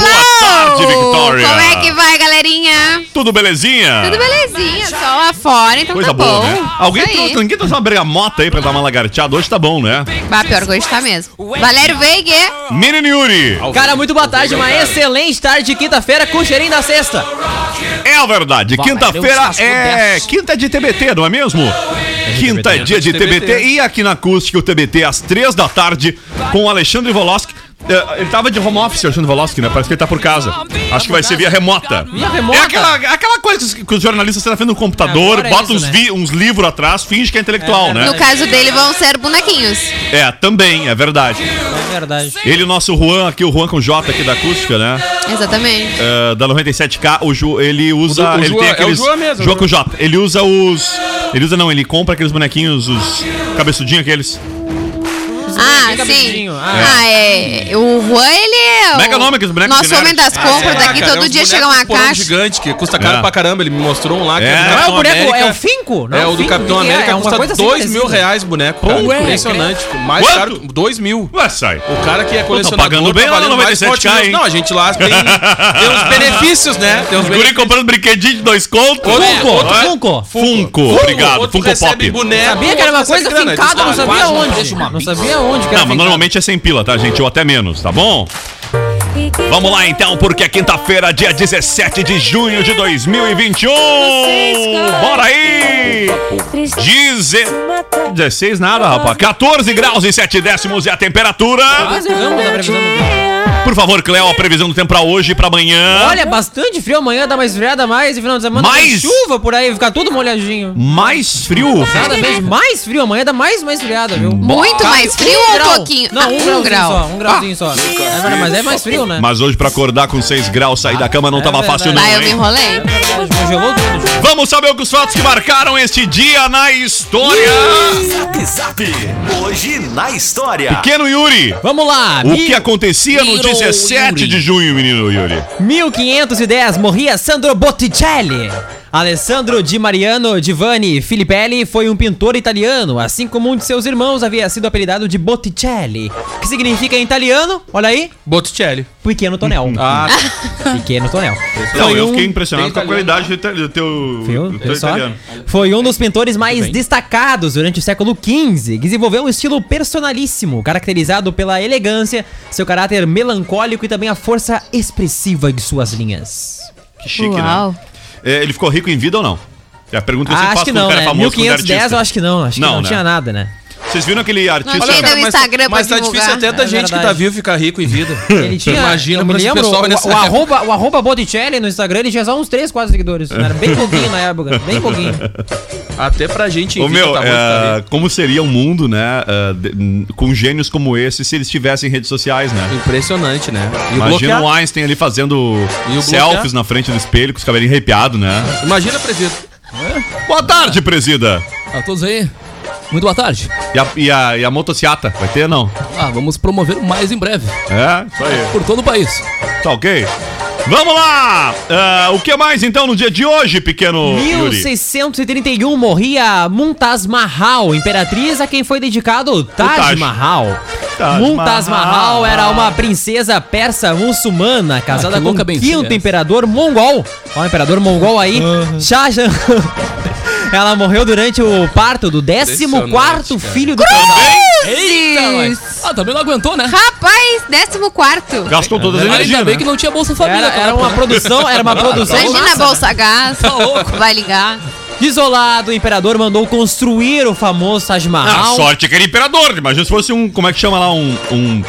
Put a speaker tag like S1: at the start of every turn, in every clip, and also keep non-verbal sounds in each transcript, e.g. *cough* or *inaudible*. S1: Boa tarde, Victoria.
S2: Como é que vai, galerinha?
S1: Tudo belezinha?
S2: Tudo belezinha, sol lá fora, então
S1: Coisa
S2: tá
S1: boa,
S2: bom.
S1: né? Alguém
S2: Isso aí.
S1: trouxe, ninguém trouxe uma bergamota aí pra dar uma lagarteada. Hoje tá bom, né?
S2: Bah, pior que hoje tá mesmo. Valério Veiga.
S1: Menino Yuri.
S3: Cara, muito boa tarde, uma excelente tarde de quinta-feira com cheirinho da sexta.
S1: É a verdade.
S4: Vai,
S1: Quinta-feira
S4: Deus te
S1: é.
S4: abençoe.
S1: Quinta é de TBT, não é mesmo? Quinta é dia de TBT. E aqui na acústica, o TBT às três da tarde, com o Alexandre Voloski. É, Ele tava de home office, o Alexandre Voloski, né? Parece que ele tá por casa. Acho que vai ser via remota.
S3: Via remota?
S1: É aquela, aquela coisa que os jornalistas estão na frente do computador,
S3: Agora é
S1: bota
S3: isso,
S1: uns,
S3: né?
S1: vi- uns livros atrás, finge que é intelectual, né?
S2: No caso dele vão ser bonequinhos.
S1: É, também, é verdade.
S3: É verdade.
S1: Ele, o nosso Juan, aqui, o Juan com J aqui da acústica, né?
S2: Exatamente.
S1: É, da 97K, o Ju, ele usa.
S5: O do- o
S1: ele
S5: Juan-
S1: tem
S5: é o
S1: aqueles.
S5: Juan mesmo,
S1: Juan
S5: né?
S1: com J. Ele usa os. Ele usa não, ele compra aqueles bonequinhos, os cabeçudinhos aqueles.
S2: Ah, sim.
S3: rapidinho, ah.
S2: Ah, é. O Juan, ele é.
S1: Como é que é
S2: o
S1: o nome daqueles bonecos
S2: Nosso
S1: genéricos?
S2: homem das compras
S5: Ah,
S2: daqui,
S5: cara, é
S2: todo
S5: um
S2: dia
S5: boneco
S2: chega
S5: de
S2: uma
S5: porão
S2: caixa.
S5: gigante que custa caro
S1: É.
S5: pra caramba. Ele me mostrou um lá que
S1: É.
S5: do
S1: Não é
S3: Não é
S5: Capitão
S3: o boneco,
S5: América.
S3: é o Finco? Não
S5: É, o do
S3: Finco,
S5: Capitão
S3: que que é?
S5: América
S3: É uma
S5: custa
S3: coisa assim
S5: 2 mil
S3: parecida.
S5: reais o boneco, cara.
S3: Ué,
S5: Impressionante. tipo, Mais
S1: né? Quanto?
S5: caro. 2 mil.
S1: Ué, sai.
S5: O cara que é colecionador...
S1: pagando bem
S5: tá
S1: lá
S5: valendo
S1: no
S5: mais que
S1: 97K,
S5: Hot Wheels.
S1: hein?
S5: Não, a gente lá tem, tem uns benefícios, né? Tem uns
S1: O Guri
S5: benefícios.
S1: comprando brinquedinho de dois contos.
S5: Outro- outro
S1: é?
S3: Funko.
S1: Funko,
S5: Funko,
S1: obrigado.
S5: outro
S1: Funko
S5: recebe
S1: Pop.
S5: Boneco,
S3: Sabia que era uma
S5: outro recebe
S3: coisa
S5: grana,
S3: fincada, não
S5: diz, ah,
S3: sabia
S5: quase um
S3: onde.
S5: preço, uma
S3: Não sabia onde que era
S1: Não, mas
S5: assim,
S3: fincado.
S1: normalmente é sem pila, tá, gente? Ou até menos, tá bom? Vamos lá então, porque é quinta-feira, dia 17 de junho de 2021. Bora aí! Deze... 16 nada, rapaz. 14 graus e 7 décimos é a temperatura.
S3: Quase ganhamos a previsão do dia.
S1: Por favor, Cleo, a previsão do tempo pra hoje e pra amanhã.
S3: Olha, bastante frio amanhã, dá mais friada mais e final de semana
S1: Mais?
S3: tem chuva por aí, ficar tudo molhadinho.
S1: Mais frio.
S3: Cada vez um mais frio, amanhã dá mais mais friada, viu?
S5: Hum.
S2: Muito mais frio ou um Ah.
S3: grau.
S2: pouquinho?
S3: Não, um,
S2: Ah,
S3: grauzinho só, um grauzinho só. É verdade, mas é mais frio, né?
S1: Mas hoje pra acordar com 6 graus, sair da cama não
S3: É
S1: tava
S3: verdade.
S1: fácil não,
S2: Vai, eu me
S1: hein?
S2: enrolei.
S3: Congelou tudo.
S1: Vamos saber os fatos que marcaram este dia na história.
S6: Zap Zap, hoje na história.
S1: Pequeno Yuri,
S3: Vamos lá.
S1: o que acontecia no
S3: Little
S1: 17
S3: Yuri.
S1: de junho, menino Yuri?
S3: 1510 morria Sandro Botticelli. Alessandro Di Mariano Giovanni Filippelli foi um pintor italiano, assim como um de seus irmãos havia sido apelidado de Botticelli, que significa em italiano, olha aí,
S5: Botticelli.
S3: pequeno tonel.
S5: *laughs* Ah,
S3: Pequeno tonel.
S1: Não,
S3: Foi
S1: eu
S3: um-
S1: fiquei impressionado
S5: tem
S1: com a
S5: italiano,
S1: qualidade do ita- do teu,
S3: Viu?
S1: do teu
S3: Só?
S1: italiano.
S3: Foi um dos pintores mais destacados durante o século XV, que desenvolveu um estilo personalíssimo, caracterizado pela elegância, seu caráter melancólico e também a força expressiva de suas linhas.
S1: Que chique,
S2: Uau.
S1: né? É, ele ficou rico em vida ou não? É a pergunta que eu sempre
S3: acho
S1: faço
S3: que
S1: quando o
S3: não,
S1: cara
S3: né?
S1: é famoso, quando é
S3: 1510 eu acho que não, acho que
S1: Não,
S3: não,
S1: né?
S3: tinha nada, né?
S1: artista. Vocês viram aquele artista...
S2: Quem tem o Instagram
S5: mas
S2: pra
S5: tá difícil
S2: divulgar?
S5: até da
S3: É
S5: gente que
S3: verdade.
S5: tá vivo ficar rico em vida.
S3: Ele tinha,
S5: Imagina
S3: eu me
S5: pra esse
S3: lembro,
S5: pessoal
S3: o,
S5: nessa
S3: o, arroba, o arroba Botticelli no Instagram, ele tinha só uns 3, 4 seguidores. Era bem pouquinho na época, bem pouquinho.
S5: Até pra gente em
S1: Ô, meu,
S5: tá bom de tá
S1: é, como seria o mundo, né, é, de- n- com gênios como esse, se eles tivessem redes sociais, né?
S5: vivo. Impressionante, né? E o
S1: Imagina
S5: bloquear-
S1: o Einstein ali fazendo
S5: E o
S1: selfies
S5: bloquear?
S1: na frente do espelho, com os cabelinhos arrepiados, né?
S5: Imagina, presidente.
S1: Boa tarde, presida!
S4: A todos aí, muito boa tarde.
S1: E a, e a, e a motociata? Vai ter, não?
S4: Ah, vamos promover mais em breve,
S1: É, isso aí.
S4: por todo o país.
S1: Tá ok? Vamos lá! Ah, o que mais, então, no dia de hoje, pequeno Yuri?
S3: 1631 morria Mumtaz Mahal, imperatriz a quem foi dedicado o Taj,
S1: Taj.
S3: Mahal.
S1: Taj
S3: Mumtaz
S1: Mahal.
S3: Mahal era uma princesa persa muçulmana casada
S4: Ah, que
S3: com
S4: louca
S3: o
S4: bem
S3: quinto
S4: feia.
S3: imperador mongol. Ó, o imperador mongol aí, Shah Jahan. *laughs* Ela morreu durante o parto do 14º
S5: Impressionante, cara.
S3: filho do casal.
S4: Eita, mas... Ah, também não aguentou, né?
S2: Rapaz, décimo quarto.
S1: Gastou todas as
S4: Ainda
S1: energias,
S4: bem que
S1: né?
S4: não tinha Bolsa Família.
S3: Era,
S4: cara,
S3: era uma
S4: pô.
S3: produção, era uma produção.
S2: Imagina a
S3: massa,
S2: bolsa gás.
S4: louco.
S2: Vai ligar.
S3: Desolado, o imperador mandou construir o famoso Taj
S1: Ah,
S3: Mahal.
S1: sorte que era imperador. Imagina se fosse um, como é que chama lá, um, um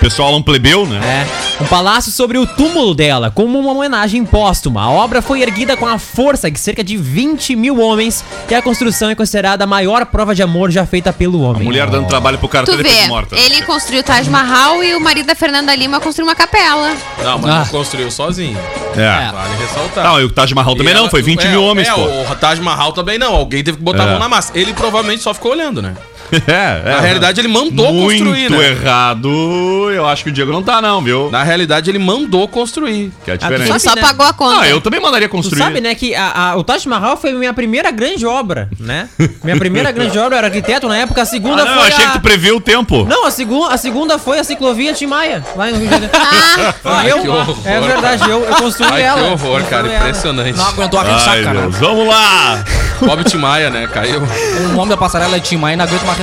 S1: pessoal, lá, um plebeu, né?
S3: É, um palácio sobre o túmulo dela, como uma homenagem póstuma. A obra foi erguida com a força de cerca de 20 mil homens e a construção é considerada a maior prova de amor já feita pelo homem.
S1: A mulher dando trabalho pro cara
S2: Tu
S1: até
S2: vê,
S1: depois morta. né?
S2: ele construiu o Taj Mahal e o marido da Fernanda Lima construiu uma capela.
S5: Não, mas
S4: Ah.
S5: não construiu sozinho.
S1: É.
S5: Vale ressaltar.
S1: Não, e o Taj Mahal também
S5: E
S1: não,
S5: ela-
S1: foi 20
S5: é,
S1: mil homens,
S5: é,
S1: pô.
S5: O Taj Mahal também não. Alguém teve que
S1: É.
S5: botar a mão na massa. Ele provavelmente só ficou olhando, né?
S1: *laughs* É, é.
S5: Na realidade, ele mandou
S1: Muito
S5: construir, né?
S1: errado. Eu acho que o Diego não tá, não, viu?
S5: Na realidade, ele mandou construir. *laughs*
S1: Que é
S3: tu
S1: diferente.
S2: Só,
S3: Sabe, né?
S2: só pagou a conta.
S1: Ah, eu também mandaria
S3: Tu
S1: construir. Ah,
S3: sabe, né, que a- a- o Taj Mahal foi minha primeira grande obra, né? Minha primeira grande obra, eu era arquiteto na época, a
S1: Ah,
S3: segunda
S1: não, eu
S3: foi
S1: achei
S3: a...
S1: que tu previu o tempo.
S3: Não, a, segun, a segunda foi a ciclovia Tim Maia, lá em Rio de
S1: *laughs*
S3: Janeiro.
S1: Ah,
S5: Ai,
S3: Eu-
S5: que horror.
S3: é verdade, eu, eu construí
S5: Ai,
S3: ela.
S5: que horror, cara.
S3: Construí ela.
S5: Impressionante.
S4: Não aguentou a
S1: Ai,
S4: ressaca, cara.
S1: Deus. Vamos lá.
S5: Bob Timaya, né? Caiu. *laughs*
S4: O nome da passarela é Tim Maia, não aguenta mais ressaca.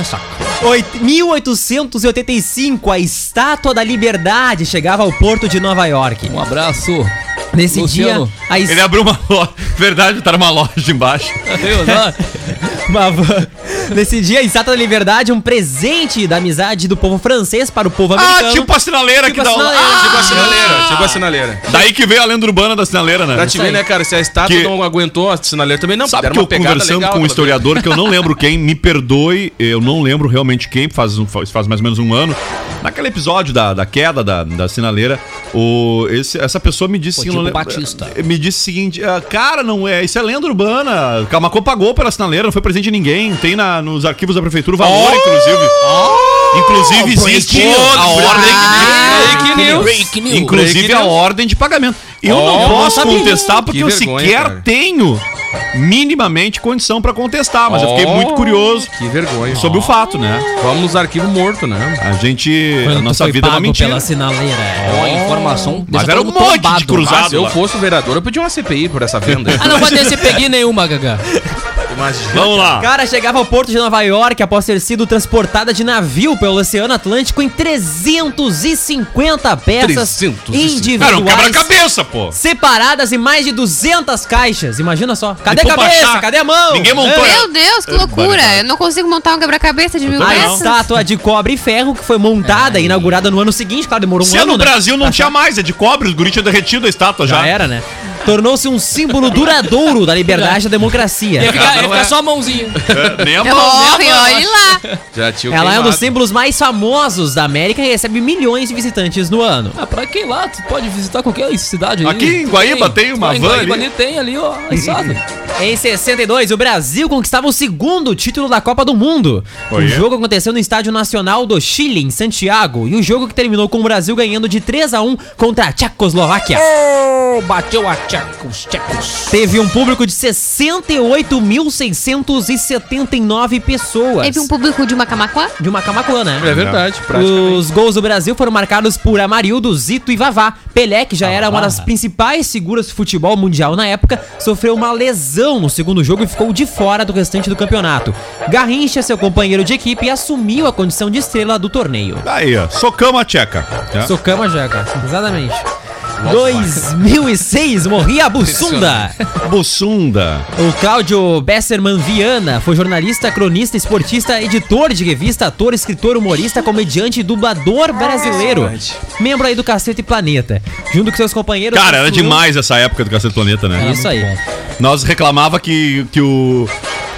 S3: Oit- 1885, a Estátua da Liberdade chegava ao porto de Nova York.
S4: Um abraço.
S3: Nesse
S4: Luciano.
S3: dia, a es-
S1: Ele é abriu uma loja. Verdade, tá numa loja embaixo.
S4: Deus, ah.
S3: *laughs* uma van- Nesse dia, a Estátua da Liberdade, um presente da amizade do povo francês para o povo americano.
S1: Ah, tipo a sinaleira
S3: Tipo
S1: que
S3: a
S1: dá
S3: sinaleira,
S1: Ah,
S5: Tipo a sinaleira, tipo a sinaleira.
S1: Daí que veio a lenda urbana da sinaleira, né?
S5: Pra te ver, né, cara? Se a estátua
S1: Que-
S5: não aguentou, a sinaleira também não.
S1: Sabe
S5: Era
S1: que
S5: uma
S1: eu
S5: pegada
S1: conversando
S5: legal,
S1: com um
S5: pelo
S1: historiador que eu não lembro quem, me perdoe, eu não lembro realmente quem, faz, um- faz faz mais ou menos um ano. Naquele episódio da, da queda da, da sinaleira, o, esse- essa pessoa me disse.
S4: Foi
S1: que eu não
S4: tipo
S1: lembro-
S4: Batista.
S1: eh, Me disse o seguinte: ah, cara, não é, isso é lenda urbana. Camacô pagou pela sinaleira, não foi presente de ninguém. Tem na, nos arquivos da prefeitura o
S5: Oh!
S1: valor, inclusive. inclusive existe a ordem. é Ah,
S5: Break news.
S3: Ah,
S4: Break news.
S1: Inclusive
S5: Break
S1: a
S5: news.
S1: ordem de pagamento. Eu
S5: Oh,
S1: não
S5: eu não
S1: posso
S5: sabia.
S1: contestar porque
S5: Que
S1: eu
S5: vergonha,
S1: sequer
S5: cara.
S1: tenho minimamente condição pra contestar, mas eu fiquei
S5: Oh,
S1: muito curioso
S5: Que vergonha.
S1: sobre o fato, né?
S5: Vamos nos arquivos mortos, né?
S1: A gente,
S3: Quando
S1: a
S3: tu
S1: nossa
S3: foi
S1: vida é uma
S3: pago
S1: mentira.
S3: pela sinaleira.
S4: Ó, informação.
S1: Mas
S4: deixa
S1: era
S4: todo
S1: um
S4: mundo
S1: monte de
S4: tombado.
S1: cruzado.
S5: Ah, se eu
S1: lá. *laughs* Ah,
S5: fosse o vereador, eu pedi uma CPI por essa venda.
S4: Ah, não vai ter CPI nenhuma, Gaga.
S5: Mas
S1: Vamos
S3: O
S1: lá.
S3: cara chegava ao porto de Nova York após ter sido transportada de navio pelo Oceano Atlântico em 350 peças
S5: 350.
S1: Cara, é um
S3: individuais
S1: quebra-cabeça, pô.
S3: separadas em mais de 200 caixas. Imagina só. Cadê
S1: E
S3: a
S1: pra
S3: cabeça?
S1: baixar,
S3: Cadê a mão?
S1: ninguém montou
S3: Hã?
S1: essa.
S2: Meu Deus, que loucura! Eu não consigo montar um quebra-cabeça de mil
S3: A
S2: peças.
S3: estátua de cobre e ferro que foi montada e inaugurada no ano seguinte, claro, demorou um
S1: É. Se é
S3: ano,
S1: no
S3: né?
S1: Brasil não
S3: Pra
S1: tinha mais, é de cobre, os guris tinham derretido a estátua
S3: Já
S1: já.
S3: era, né? Tornou-se um símbolo duradouro da liberdade e da democracia.
S4: Ia ficar, ia
S5: Não é.
S4: ficar só a mãozinha.
S1: É,
S3: *laughs*
S1: nem a
S2: Eu
S3: um
S1: mão.
S2: olho, olhe lá.
S5: já tinha
S3: Ela é um
S5: queimado.
S3: dos
S1: assim
S3: símbolos mais famosos da América e recebe milhões de visitantes no ano.
S4: Ah, pra que lá? Tu pode visitar qualquer cidade ali.
S1: Aqui em Guaíba tem uma
S4: em
S1: van
S4: Guaíba
S1: ali.
S4: ali. Tem ali, ó, a estátua.
S3: Em 62, o Brasil conquistava o segundo título da Copa do Mundo.
S1: Oiê.
S3: O jogo aconteceu no Estádio Nacional do Chile, em Santiago, e o jogo que terminou com o Brasil ganhando de 3 a 1 contra a Tchecoslováquia.
S4: Pô, Oh, bateu a tchecos, tchecos.
S3: Teve um público de 68.679 pessoas.
S2: Teve um público de Macamacuá?
S3: De uma camacuã, né?
S5: É verdade, praticamente.
S3: Os gols do Brasil foram marcados por Amarildo, Zito e Vavá. Pelé, que já era uma das principais figuras do futebol mundial na época, sofreu uma lesão no segundo jogo e ficou de fora do restante do campeonato. Garrincha, seu companheiro de equipe, assumiu a condição de estrela do torneio.
S1: Aí, ó. Socama tcheca. Tá?
S3: Socama já, cara. Exatamente. 2006, morria a Bussunda.
S1: Bussunda.
S3: O Cláudio Besserman Viana foi jornalista, cronista, esportista, editor de revista, ator, escritor, humorista, comediante e dublador brasileiro. Membro aí do Cacete Planeta. Junto com seus companheiros.
S1: Cara, era
S3: construiu-
S1: demais essa época do Cacete Planeta, né?
S3: Isso aí.
S1: Nós reclamava que, que o.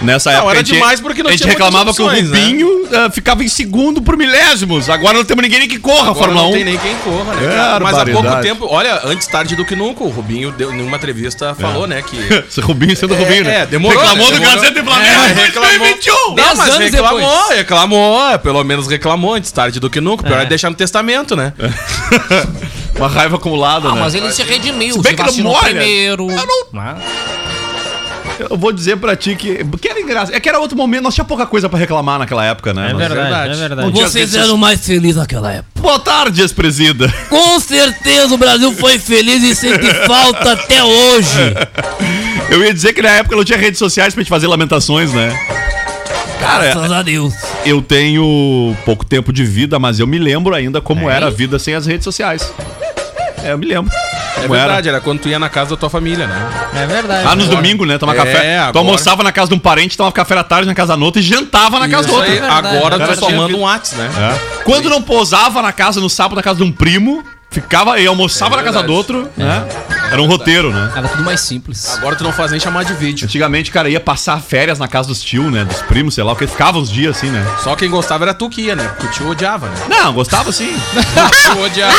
S1: Nessa época.
S5: era
S1: a gente-
S5: demais porque não
S1: A gente
S5: tinha muitas
S1: reclamava
S5: opções, né?
S1: que o Rubinho eh, ficava em segundo por milésimos. Agora não temos ninguém nem que corra, a
S5: Agora
S1: Fórmula
S5: não
S1: 1.
S5: tem nem quem corra, né? cara? Mas há pouco
S1: Barbaridade.
S5: tempo, olha, antes tarde do que nunca, o Rubinho deu em uma entrevista falou,
S1: *laughs*
S5: né, que
S1: *laughs* Esse Rubinho sendo É. Rubinho, né?
S5: é, demorou,
S1: Reclamou
S5: né?
S1: do
S5: Demorou.
S1: Gazeta e Flamengo
S5: É,
S1: em
S5: reclamou.
S1: 2021.
S5: Não,
S4: Dez
S5: mas
S4: anos
S5: reclamou,
S4: depois.
S5: reclamou, é, pelo menos reclamou antes tarde do que nunca. Pior é, deixar no testamento, né?
S1: Uma raiva acumulada,
S4: Ah,
S1: né?
S4: mas ele se redimiu,
S1: bem
S4: se
S1: que ele
S4: vacinou
S1: molha.
S4: primeiro.
S1: Eu
S3: É
S1: não-
S4: Ah.
S1: Eu vou dizer pra ti que. Que era engraçado. É que era outro momento, nós tinha pouca coisa pra reclamar naquela época, né? Nós-
S3: verdade, é verdade.
S4: Vocês eram mais felizes naquela época.
S1: Boa tarde, ex-presida. *laughs*
S4: Com certeza o Brasil foi feliz e sente falta até hoje.
S1: Eu ia dizer que na época não tinha redes sociais pra gente fazer lamentações, né? Cara,
S4: Graças a Deus.
S1: eu tenho pouco tempo de vida, mas eu me lembro ainda como era a vida sem as redes sociais. É, eu me lembro.
S5: É
S1: Como
S5: verdade, era quando tu ia na casa da tua família, né?
S3: É verdade.
S1: Era. Ah, nos domingos, né? Tomar
S5: É,
S1: café. Tu
S5: agora-
S1: almoçava na casa de um parente, tomava café à tarde na casa da outra e jantava na casa do
S5: Isso
S1: outro.
S5: aí, né? agora
S1: Cara,
S5: tu só
S1: tinha
S5: manda
S1: vida.
S5: um WhatsApp, né?
S1: É. Quando não pousava na casa, no sábado, na casa de um primo, ficava e almoçava
S5: É
S1: na casa
S5: verdade. É.
S1: do outro, né? Era um roteiro, né?
S4: Era tudo mais simples.
S5: Agora tu não faz nem chamar de vídeo.
S1: Antigamente, cara, ia passar férias na casa dos tios, né? Dos primos, sei lá, porque ficava uns dias assim, né?
S5: Só quem gostava era tu que ia, né? Porque o tio
S1: *laughs*
S5: odiava, né?
S1: Não, gostava sim.
S5: Tu odiava.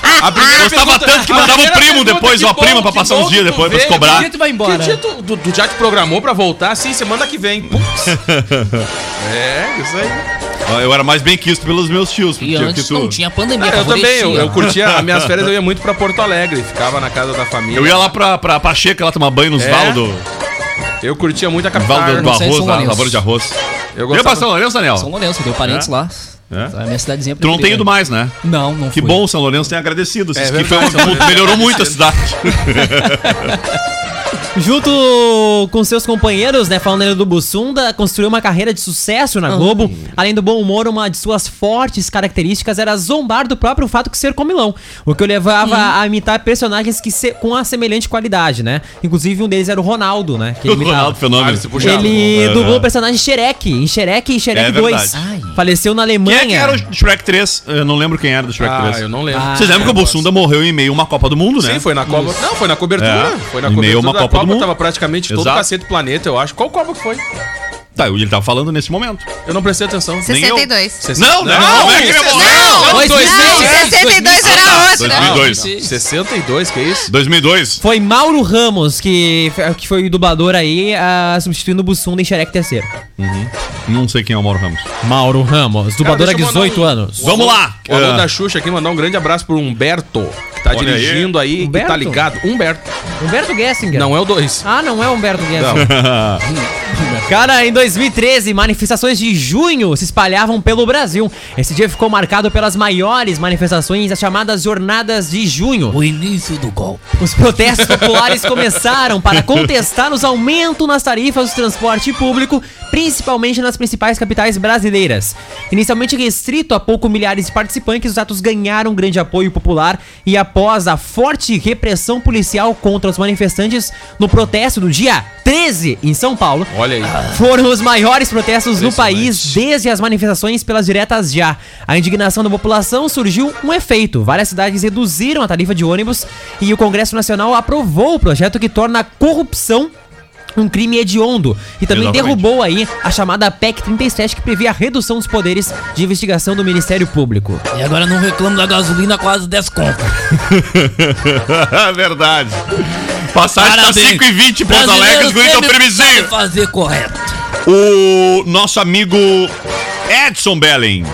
S5: *laughs* A primeira
S1: Gostava tanto que mandava o
S5: primeira
S1: primo
S5: pergunta,
S1: depois,
S5: que
S1: ou a
S5: bom,
S1: prima pra
S5: que
S1: passar uns
S5: bom
S1: dias
S5: que tu
S1: depois pra
S5: veio,
S1: se cobrar.
S5: que dia tu vai embora? Que dia tu, tu- tu já te programou pra voltar? Sim, semana que vem.
S1: *laughs*
S5: Putz. é, isso aí.
S1: Ó, Ah, Eu era mais bem quisto pelos meus tios.
S4: E
S1: porque
S4: antes
S1: que tu-
S4: não tinha pandemia.
S5: Ah, eu também, eu,
S4: favorecia.
S5: eu curtia, as minhas férias eu ia muito pra Porto Alegre, ficava na casa da família.
S1: Eu ia lá pra, pra Pacheca lá tomar banho nos
S5: É? Ah,
S1: Valdo.
S5: Eu curtia muito a capital.
S1: Valdo do
S4: não sei,
S1: arroz,
S4: São
S1: lá,
S4: Lourenço.
S1: lavoura de arroz.
S5: Eu
S1: Eu ia pra São
S5: gostava.
S1: Lourenço, Daniel?
S4: São Lourenço, eu tenho parentes lá. É a minha cidadezinha
S1: Tu não tem ido mais, né?
S4: Não, não
S1: Que
S4: fui.
S1: bom o São Lourenço tem agradecido.
S5: É
S1: Isso que foi
S5: verdade,
S1: uma-
S5: São Lourenço.
S1: melhorou muito a cidade. *laughs*
S3: Junto com seus companheiros, né, falando ainda do Bussunda, construiu uma carreira de sucesso na Globo. Além do bom humor, uma de suas fortes características era zombar do próprio fato de ser comilão, o que o levava a imitar personagens que se- com a semelhante qualidade, né? Inclusive um deles era o Ronaldo, né? Que
S1: *laughs* O
S3: ele imitava.
S1: Ronaldo Fenômeno.
S5: Ah, puxava.
S3: Ele
S1: É,
S3: dublou
S1: né?
S3: o personagem Xerec, em Xerec e Xerec
S1: É
S3: 2.
S1: verdade.
S3: Faleceu na
S1: Quem
S3: Alemanha.
S1: é que era o Shrek 3? Eu não lembro quem era do Shrek
S5: Ah,
S1: 3.
S5: eu não lembro.
S3: Ah,
S1: Vocês lembram que o Bussunda morreu em meio a uma Copa do Mundo, né?
S5: Sim, foi na Copa. Não, foi na cobertura.
S1: É.
S5: Foi na
S1: Em meio
S5: cobertura
S1: a uma
S5: da
S1: Copa do Mundo.
S5: tava praticamente todo o
S1: Exato.
S5: cacete do planeta, eu acho. Qual Copa que foi?
S1: Tá, ele tava falando nesse momento.
S5: Eu não prestei atenção.
S1: Nem eu.
S2: 62.
S5: Sessenta-
S1: Não, não, não, é que ele morreu.
S2: Não,
S3: Dois mil e
S2: não,
S3: seis,
S2: 62 era outro, né?
S1: 2002.
S5: 62, que é isso?
S1: 2002.
S3: Foi Mauro Ramos, que, que foi o dublador aí, ah, substituindo o Bussunda em Xerec terceiro.
S1: Não sei quem é o Mauro Ramos.
S3: Mauro Ramos, dublador há
S5: deixa eu mandar
S3: 18
S5: um-
S3: anos.
S1: Vamos lá.
S5: O aluno
S1: Ah.
S5: da Xuxa aqui mandar um grande abraço pro Humberto, que tá
S1: Olha aí.
S5: dirigindo aí, que tá
S3: Humberto?
S5: ligado. Humberto,
S3: Humberto Gessinger.
S5: não é o dois.
S3: Ah, não é Humberto Gessinger. *laughs* Cara, em 2013, manifestações de junho se espalhavam pelo Brasil. Esse dia ficou marcado pelas maiores manifestações, as chamadas Jornadas de Junho.
S4: O início do golpe.
S3: Os protestos populares começaram para contestar os aumentos nas tarifas do transporte público, principalmente nas principais capitais brasileiras. Inicialmente restrito a pouco milhares de participantes, os atos ganharam grande apoio popular e após a forte repressão policial contra os manifestantes no protesto do dia 13 em São Paulo,
S5: Olha aí.
S4: Ah,
S3: foram os maiores protestos no país desde as manifestações pelas diretas já. A indignação da população surgiu um efeito. Várias cidades reduziram a tarifa de ônibus e o Congresso Nacional aprovou o projeto que torna a corrupção um crime hediondo e também
S1: Exatamente.
S3: derrubou aí a chamada PEC 37 que previa a redução dos poderes de investigação do Ministério Público.
S4: E agora não reclamo da gasolina quase 10 conto.
S1: *laughs* Verdade. Passagem tá 5h20 em Porto Alegre, é os guris tão firmezinho.
S4: fazer correto.
S1: O nosso amigo Edson Bellen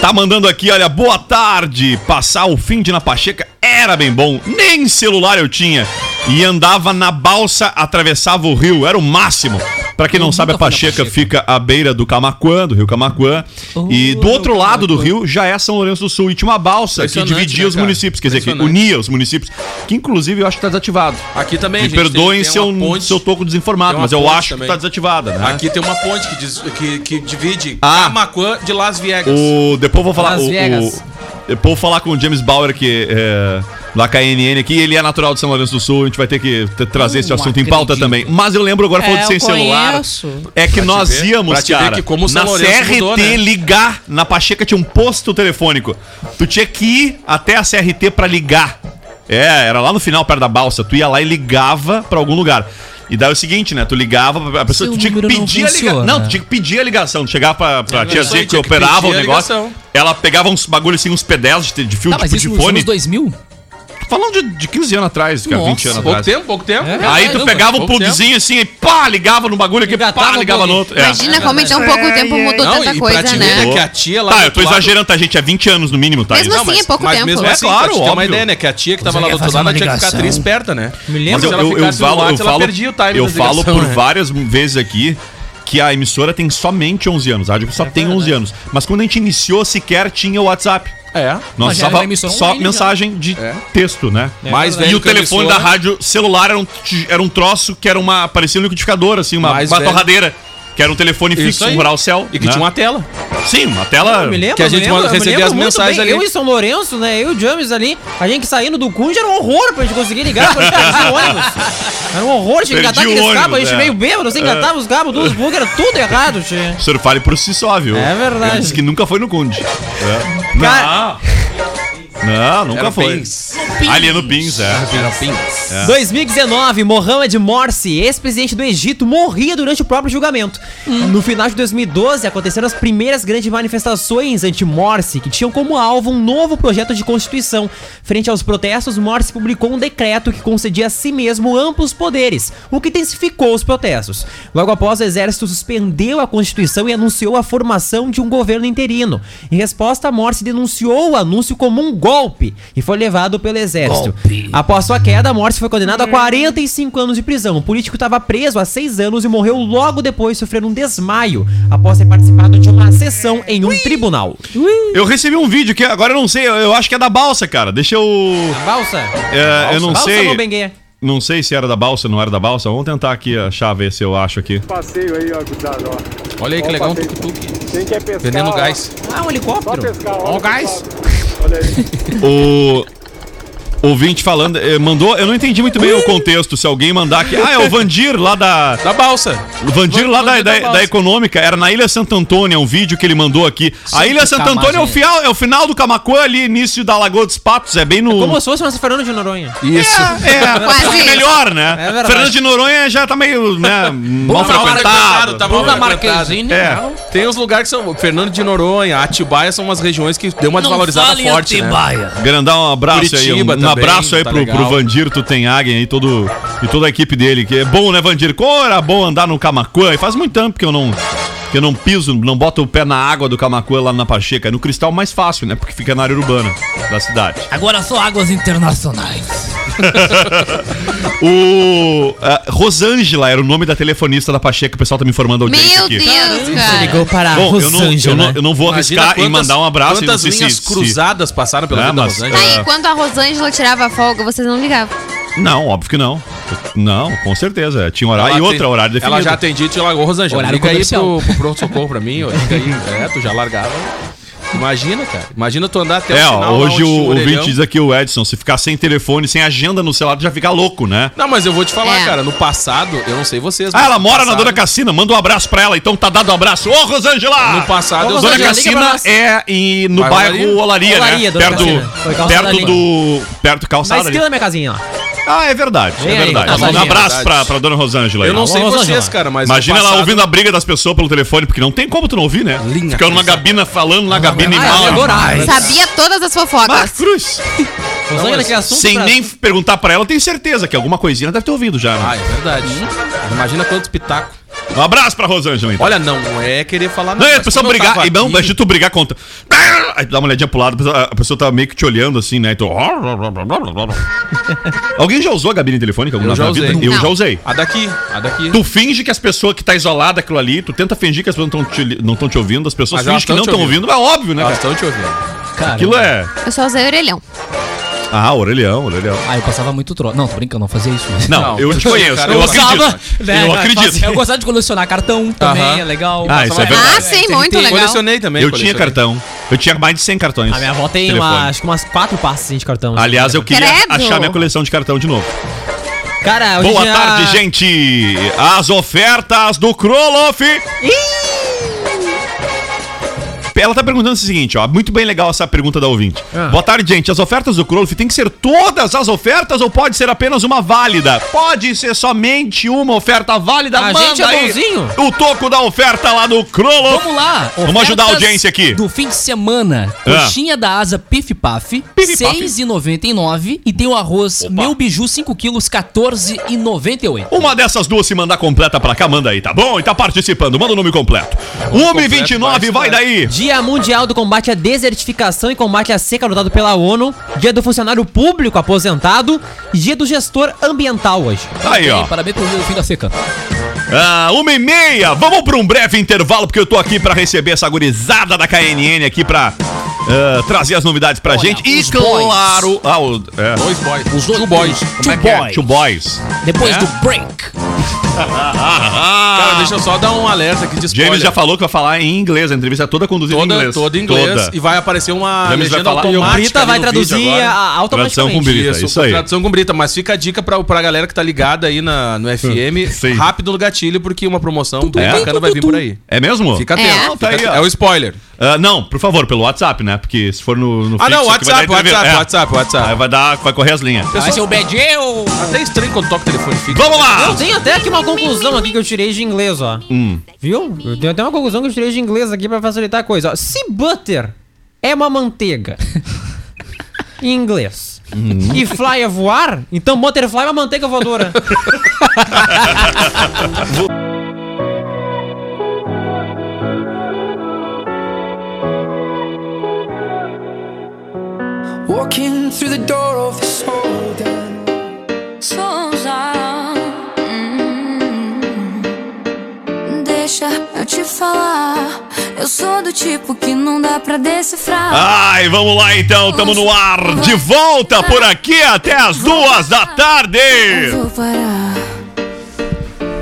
S1: tá mandando aqui, olha, boa tarde. Passar o fim de na Pacheca era bem bom, nem celular eu tinha e andava na balsa, atravessava o rio, era o máximo. Pra quem não sabe, a
S4: nunca fui na
S1: Pacheca
S4: Pacheca.
S1: fica à beira do Camaquã, do rio Camaquã,
S5: Oh,
S1: e do outro lado do rio já é São Lourenço do Sul, e tinha uma balsa que
S5: Impressionante,
S1: dividia
S5: né,
S1: os
S5: cara?
S1: municípios, quer dizer, que
S5: Impressionante.
S1: unia os municípios, que inclusive eu acho que tá desativado.
S5: Aqui também,
S1: Me
S5: gente, tem-
S1: perdoem
S5: tem
S1: se, eu,
S5: uma ponte-
S1: se eu tô com
S5: Tem
S1: desinformado,
S5: uma
S1: mas eu
S5: ponte
S1: acho
S5: também.
S1: que tá desativada, né?
S5: Aqui tem uma ponte que, diz- que, que divide
S1: Ah.
S5: Camaquã de Las Vegas.
S1: O, depois eu vou falar.
S3: Las
S1: O,
S3: Vegas.
S1: o- depois eu vou falar com o James Bauer, que é da KNN aqui, ele é natural de São Lourenço do Sul, a gente vai ter que t- trazer esse
S4: Não
S1: assunto em pauta
S4: Hum, acredito.
S1: também. Mas eu lembro agora, falando
S4: É,
S1: de sem
S4: eu
S1: celular,
S4: conheço.
S1: é que
S5: te
S1: nós
S5: ver-
S1: íamos,
S5: pra te ver
S1: cara,
S5: que como São
S1: na
S5: Lourenço
S1: CRT
S5: mudou, né?
S1: ligar, na Pacheca tinha um posto telefônico. Tu tinha que ir até a CRT pra ligar. É, era lá no final, perto da balsa. Tu ia lá e ligava pra algum lugar. E daí é o seguinte, né? Tu ligava, a pessoa
S4: Seu
S1: tu tinha que
S4: número não
S1: pedir a ligação.
S4: funciona.
S1: Não, tu tinha que pedir a ligação. Tu chegava pra, pra
S5: É
S1: tiazinha
S5: verdade,
S1: que
S5: tinha que
S1: operava o
S5: pedir a
S1: negócio.
S5: ligação.
S1: Ela pegava uns bagulho assim, uns pedaços de, de fio
S4: Tá, mas
S1: tipo,
S4: isso
S1: de
S4: nos
S1: fone.
S4: anos 2000?
S1: Falando de, de 15 anos atrás, cara,
S4: Nossa,
S1: 20 anos
S5: Pouco
S1: atrás.
S5: tempo, pouco tempo.
S4: É.
S1: Aí tu
S4: Caramba,
S1: pegava um
S5: pouco
S1: plugzinho assim e pá, ligava no bagulho aqui,
S4: tá
S1: pá,
S3: Engatava o
S1: ligava no
S3: plug.
S1: outro. É.
S2: Imagina como em tão pouco tempo mudou
S5: Não,
S2: tanta
S5: e pra
S2: coisa,
S5: te
S2: né?
S5: ver, que a tia lá
S1: Tá,
S5: do
S1: eu tô
S5: outro lado-
S1: exagerando, tá, gente? É 20 anos no mínimo, tá?
S2: Mesmo
S1: isso?
S2: assim, é pouco
S5: mas
S2: tempo.
S5: mesmo
S2: É
S5: assim,
S1: claro,
S5: pra te ter uma
S1: óbvio.
S5: ideia, né? Que a tia que tava lá do
S4: Consegue
S5: outro
S4: fazer
S5: lado, ela
S4: uma
S5: tinha que ficar
S4: ligação.
S5: atriz esperta, né?
S3: Me
S1: Mas
S3: lembro.
S1: eu,
S5: Se ela
S1: eu, eu
S5: ficasse no
S1: falo,
S5: WhatsApp,
S1: eu
S5: ela
S1: falo,
S5: perdia o time
S1: eu
S5: das
S1: falo
S5: ligações,
S1: por
S5: né?
S1: várias vezes aqui que a emissora tem somente 11 anos. A rádio só tem 11 anos. Mas quando a gente iniciou, sequer tinha o WhatsApp.
S5: É.
S4: Mas
S1: Nós
S4: já era
S1: usava
S4: uma emissora
S1: só
S4: online já.
S1: mensagem de
S5: É.
S1: texto, né?
S5: Mais
S1: e
S5: velho
S1: o
S5: que a
S1: telefone da
S5: emissora.
S1: rádio celular era um, ti- era um troço que era uma. parecia um liquidificador, assim, uma,
S5: Mais
S1: uma
S5: velho.
S1: torradeira. Que era um telefone
S5: É Isso
S1: fixo,
S5: aí.
S1: um rural cell.
S5: E que
S1: né?
S5: tinha uma tela.
S1: Sim, uma tela.
S3: Eu me lembro,
S5: Que a
S3: eu me
S5: gente
S3: lembro,
S5: recebia
S3: eu me lembro
S5: as
S3: muito
S5: mensagens
S3: bem.
S5: ali.
S3: Eu e São Lourenço, né? Eu e o James ali, a gente que saindo do Cunha era um horror pra gente conseguir ligar, porque era
S5: *laughs*
S3: um ônibus. Era um horror, tinha que
S1: Perdi
S3: engatar
S1: o
S3: aqueles
S1: ônibus,
S3: cabos, a gente
S1: é.
S3: meio bêbado, sem engatar os cabos dos bugs, era tudo errado, tia.
S1: O senhor fale por si só, viu?
S3: É verdade.
S1: Ele disse que nunca foi no Conde. É.
S3: Cara-
S1: Não, nunca
S5: Era
S1: foi.
S5: Pins.
S1: Ali é no Pins, é.
S5: Ah. Era Pins.
S3: 2019, Mohamed Morsi, ex-presidente do Egito, morria durante o próprio julgamento. No final de 2012, aconteceram as primeiras grandes manifestações anti-Morsi, que tinham como alvo um novo projeto de constituição. Frente aos protestos, Morsi publicou um decreto que concedia a si mesmo amplos poderes, o que intensificou os protestos. Logo após, o exército suspendeu a Constituição e anunciou a formação de um governo interino. Em resposta, Morsi denunciou o anúncio como um golpe e foi levado pelo exército.
S4: Golpe.
S3: Após sua queda, Morsi foi condenado a 45 anos de prisão. O político estava preso há 6 anos e morreu logo depois de sofrer um desmaio após ter participado de uma sessão em um tribunal.
S1: Eu recebi um vídeo que agora eu não sei, eu- eu acho que é da balsa, cara. Deixa eu.
S3: Balsa?
S1: É, eu não
S3: Balsa
S1: sei.
S3: Mobenguê.
S1: Não sei se era da balsa, não era da balsa. Vamos tentar aqui achar, ver se eu acho aqui.
S7: passeio aí, ó, gurizada, ó.
S5: Olha aí que
S7: Ó,
S5: legal um
S7: passeio.
S5: tuk-tuk.
S7: Quem quer pescar?
S5: Veneno
S7: ó,
S5: gás.
S3: Ah, um
S7: Só
S3: helicóptero.
S7: pescar, ó.
S5: Ó, o gás.
S7: Olha aí.
S1: O. Ouvinte falando, eh, mandou. Eu não entendi muito bem o contexto. Se alguém mandar aqui. Ah, é o Vandir lá da.
S5: Da balsa.
S1: O Vandir lá da, da, da Econômica, era na Ilha Santo Antônio, é um vídeo que ele mandou aqui. a Ilha Santo
S4: Camargo,
S1: Antônio é o,
S4: né?
S1: final, é o final do Camacuã ali, início da Lagoa dos Patos, é bem no...
S3: Como se fosse uma Fernando de Noronha.
S5: Isso.
S1: *laughs* É,
S2: Quase
S1: só que
S2: isso.
S1: melhor, né?
S3: É verdade.
S1: Fernando de Noronha já tá meio, né, mal
S5: Tá mal
S1: frequentado.
S5: frequentado, tá mal
S4: Toda
S5: frequentado.
S4: Marquezine.
S1: É.
S4: não.
S5: Tem uns lugares que são. Fernando de Noronha, Atibaia são umas regiões que deu uma
S4: Não
S5: desvalorizada
S4: fala em
S5: forte. Né?
S4: Atibaia.
S1: Grandão, um abraço aí, um,
S5: Curitiba
S1: um
S5: também.
S1: abraço aí
S5: tá
S1: pro,
S5: legal.
S1: pro Vandir Tutenhagen aí, todo, e toda a equipe dele. Que é bom, né, Vandir? Como era bom andar no Camacuã? E faz muito tempo que eu não. Que eu não piso, não boto o pé na água do Camacuã lá na Pacheca. No cristal é mais fácil, né? Porque fica na área urbana da cidade.
S4: Agora só águas internacionais.
S1: o. ah, Rosângela era o nome da telefonista da Pacheca, o pessoal tá me informando a
S2: Meu
S1: audiência
S2: Deus,
S1: aqui.
S2: cara.
S3: para
S1: Bom, eu não, eu, não, eu não vou arriscar
S5: Imagina
S1: em mandar um abraço. eu não
S5: Quantas
S1: sei
S5: linhas cruzadas passaram pela
S1: É,
S5: vida da
S1: mas-
S5: Rosângela?
S2: Aí,
S1: É.
S2: quando a Rosângela tirava folga, vocês não ligavam.
S1: Não, óbvio que não. Não, com certeza. Tinha um horário e
S5: Ela
S1: outra
S5: tem-
S1: horário definido.
S5: Ela já atendia e te largou, Rosângela.
S3: Horário
S5: liga aí
S3: comercial.
S5: pro, pro pronto-socorro pra mim, ó, liga aí, é, tu já largava. Imagina, cara. Imagina tu andar até
S1: É,
S5: o
S1: ó,
S5: final. um lá
S1: hoje
S5: onde tinha
S1: o, o
S5: orelhão.
S1: Vinte diz aqui, o Edson, se ficar sem telefone, sem agenda no celular, tu já fica louco, né?
S5: Não, mas eu vou te falar,
S2: É.
S5: cara, no passado, eu não sei vocês. mas
S1: Ah, ela
S5: no
S1: mora na
S5: passado-
S1: Dona Cassina, manda um abraço pra ela, então tá dado um abraço. Ô, Rosângela!
S5: No passado, eu assim,
S1: Dona
S5: Rosângela, liga pra
S1: Cassina
S5: nós.
S1: é em- no
S5: Bairro
S1: bairro Olaria, né?
S3: Olaria, Dona
S1: perto
S3: Cassina. Foi
S1: do,
S3: calçada
S1: perto
S3: ali.
S1: do... Perto
S3: Tá Na
S1: calçada ali.
S3: esquina da minha casinha, ó.
S1: Ah, é verdade,
S3: Vem
S1: é
S3: aí,
S1: verdade.
S3: calçadinha.
S1: um abraço
S5: É Verdade.
S1: pra, pra Dona Rosângela. aí.
S5: Eu não sei
S3: Rosângela.
S5: vocês, cara, mas. no
S1: Imagina ela
S5: passado-
S1: ouvindo a briga das pessoas pelo telefone, porque não tem como tu não ouvir, né?
S5: Linha
S1: Ficando numa
S5: cruzada.
S1: gabina falando, na gabina e
S3: Ah,
S1: mal.
S3: eu adorava.
S2: Sabia todas as fofocas.
S1: Mas, Cruz,
S3: Rosângela, que assunto
S1: sem
S3: pra-
S1: nem perguntar pra ela, eu tenho certeza que alguma coisinha ela deve ter ouvido já.
S5: Ah, é
S1: Né?
S5: verdade. Imagina quantos pitacos.
S1: Um abraço pra Rosângela, então.
S5: Olha, não é querer falar
S1: Não,
S5: mas
S1: é, a pessoa
S5: como eu
S1: brigar.
S5: tava
S1: E não,
S5: aqui-
S1: imagina tu brigar contra. Aí tu dá uma olhadinha pro lado, a pessoa- a pessoa tá meio que te olhando assim, né? E
S5: *laughs*
S1: tu... Alguém já usou a gabine telefônica alguma
S5: Eu já
S1: na vida?
S5: usei.
S1: Eu
S2: Não.
S1: já usei.
S5: A daqui, a daqui.
S1: Tu né, finge que as pessoas que tá isolada aquilo ali, tu tenta fingir que as pessoas não estão te, não tão te ouvindo, as pessoas
S5: Mas elas
S1: fingem que não
S5: tão te
S1: estão ouvindo,
S5: ouvindo.
S1: mas óbvio, né? cara?
S5: Bastante Ah, ouvindo.
S4: Cara,
S1: Aquilo é.
S2: Eu só usei orelhão.
S1: Ah, orelhão, orelhão.
S4: Ah, eu passava muito troço. Não, tô brincando, não fazia isso.
S3: *laughs*
S1: Não,
S5: Não,
S1: eu te
S5: eu
S1: conheço,
S5: cara,
S1: eu
S5: eu
S1: acredito.
S3: né,
S1: eu
S3: cara,
S1: acredito.
S3: fazia- Eu gostava de colecionar cartão também,
S5: Aham.
S3: é legal.
S1: Ah, isso é verdade.
S2: Ah, sim, muito legal.
S5: Colecionei também.
S1: Eu tinha cartão. Eu tinha mais de 100 cartões.
S3: A minha avó tem
S1: Telefone.
S3: uma, acho que umas quatro passes assim, de cartão.
S1: Aliás, eu queria
S2: Credo.
S1: achar minha coleção de cartão de novo.
S3: Cara, hoje
S1: Boa
S3: em dia-
S1: tarde, gente! As ofertas do Kroloff! Ela tá perguntando o seguinte, ó. Muito bem legal essa pergunta da ouvinte.
S3: Ah.
S1: Boa tarde, gente. As ofertas do Kroloff tem que ser todas as ofertas ou pode ser apenas uma válida? Pode ser somente uma oferta válida.
S3: A
S1: Manda
S3: gente é
S1: aí
S3: bonzinho.
S1: O toco da oferta lá do Kroloff.
S4: Vamos lá.
S1: Vamos ajudar a
S4: Ofertas
S1: audiência aqui.
S4: Do fim de semana,
S1: Ah.
S4: coxinha da asa Pif Paf,
S1: Pif Paf.
S4: 6,99 e tem o arroz Meu Biju 5 quilos, 14,98.
S1: Uma dessas duas se mandar completa pra cá, manda aí, tá bom? E tá participando, manda o nome completo. 1h29, vai daí!
S3: Dia Mundial do Combate à Desertificação e Combate à Seca, adotado pela ONU. Dia do Funcionário Público Aposentado. E Dia do Gestor Ambiental hoje.
S1: Aí, ó.
S4: Parabéns pelo fim da seca.
S1: Ah, uma e meia. Vamos para um breve intervalo, porque eu tô aqui para receber essa gurizada da KNN aqui para trazer as novidades pra gente. E
S4: os
S1: claro. Ah, o, é.
S5: Dois boys.
S4: Os dois
S5: Two boys.
S1: Como é que é? Two Boys. É.
S4: Depois do break.
S5: Cara, deixa eu só dar um alerta aqui de
S1: James
S5: spoiler.
S1: já falou que vai falar em inglês, a entrevista é toda conduzida
S5: Toda,
S1: em inglês.
S5: toda em inglês. E vai aparecer uma
S1: James vai
S5: legenda
S1: falar-
S5: automática.
S1: E o
S3: Brita
S5: ali
S3: vai
S5: no vídeo
S3: traduzir a-
S5: agora.
S3: a-
S1: Tradução com
S3: automaticamente.
S1: Brita,
S5: Isso,
S1: isso
S5: com
S1: aí.
S5: tradução com Brita, mas fica a dica pra, pra galera que tá ligada aí na, no
S1: Hum, Sim.
S5: FM, rápido no gatilho, porque uma promoção bem
S1: É?
S5: bacana vai vir por aí.
S1: É mesmo?
S5: Fica
S2: É.
S5: atento.
S1: Não, tá aí,
S5: Fica-
S1: ó.
S5: é o spoiler.
S1: Ah, não, por favor, pelo WhatsApp, né? Porque se for no, no
S5: Ah,
S1: fixo aqui vai
S5: não,
S1: é.
S5: WhatsApp,
S1: dar entrevista.
S5: WhatsApp, WhatsApp, WhatsApp.
S1: Aí vai dar, vai correr as linhas.
S4: Vai ser o Bedeu.
S5: Até estranho quando toca o telefone fixo.
S1: Vamos lá!
S3: Eu tenho até aqui uma conclusão aqui que eu tirei de inglês, ó.
S1: Hum.
S3: Viu? Eu tenho até uma conclusão que eu tirei de inglês aqui pra facilitar a coisa. ó. Se butter é
S4: *laughs*
S3: uma manteiga em inglês
S1: Hum.
S3: e fly é voar, então butterfly é uma manteiga voadora.
S8: Walking through the door of this hotel.
S9: Hum. Deixa eu te falar. Eu sou do tipo que não dá pra decifrar.
S1: Ai, vamos lá então, tamo no ar, de volta por aqui até as duas da tarde!
S9: Eu vou parar.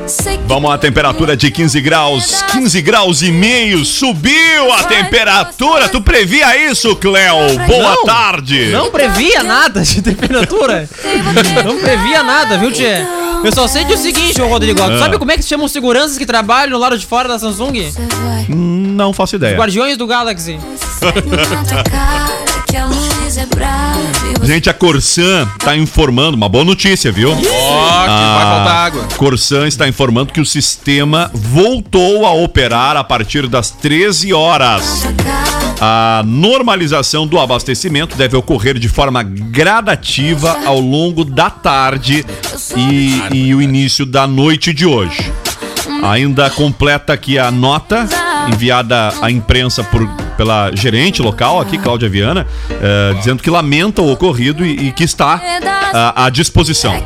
S9: Sei que
S1: Vamos à temperatura de 15 graus, 15 graus e meio, subiu a temperatura. Tu previa isso, Cléo? Boa
S3: Não,
S1: tarde.
S3: Não previa nada de temperatura. *laughs* Não previa nada, viu, Tchê?
S9: então
S3: Eu só sei de o seguinte, ô Rodrigo. ó, tu Sabe como é que se chamam os seguranças que trabalham no lado de fora da Samsung?
S9: você vai.
S1: Não faço ideia.
S3: Guardiões do Galaxy.
S9: Na tua cara que a luz é brava. e você
S1: Gente, a Corsan tá informando, uma boa notícia, viu?
S5: Ó, que vai
S1: Ah,
S5: faltar água.
S1: Corsan está informando que o sistema voltou a operar a partir das 13 horas.
S9: tá
S1: A normalização do abastecimento deve ocorrer de forma gradativa ao longo da tarde e, e o início da noite de hoje. Ainda completa aqui a nota enviada à imprensa por- pela gerente local aqui, Cláudia Viana, eh, dizendo que lamenta o ocorrido e, e que está ah, à disposição.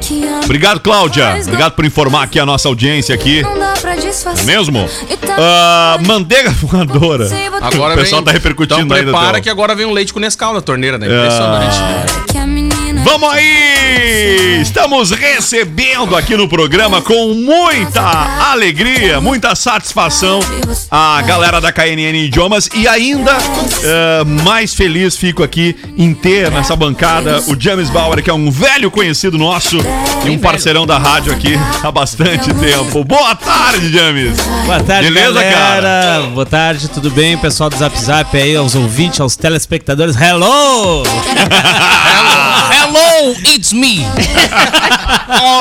S1: Obrigado, Cláudia. Obrigado por informar aqui a nossa audiência aqui.
S10: Não dá pra
S1: Não é
S10: disfarçar. tá
S1: Mesmo? Ah, manteiga *laughs* voadora.
S5: Agora
S1: *laughs* o pessoal
S5: vem-
S1: tá repercutindo
S5: então
S1: ainda.
S5: prepara
S1: Theo. É.
S5: que agora vem um leite com Nescau na torneira, né? Impressionante.
S1: Vamos aí! Estamos recebendo aqui no programa com muita alegria, muita satisfação a galera da KNN Idiomas e ainda eh, mais feliz fico aqui em ter nessa bancada o James Bauer, que é um velho conhecido nosso e um parceirão da rádio aqui há bastante tempo. Boa tarde, James!
S3: Boa tarde,
S1: Beleza,
S3: galera.
S1: cara?
S3: Boa tarde, tudo bem? Pessoal do Zap Zap aí, aos ouvintes, aos telespectadores. Hello!
S1: Ah! *laughs*
S11: Hello, it's me.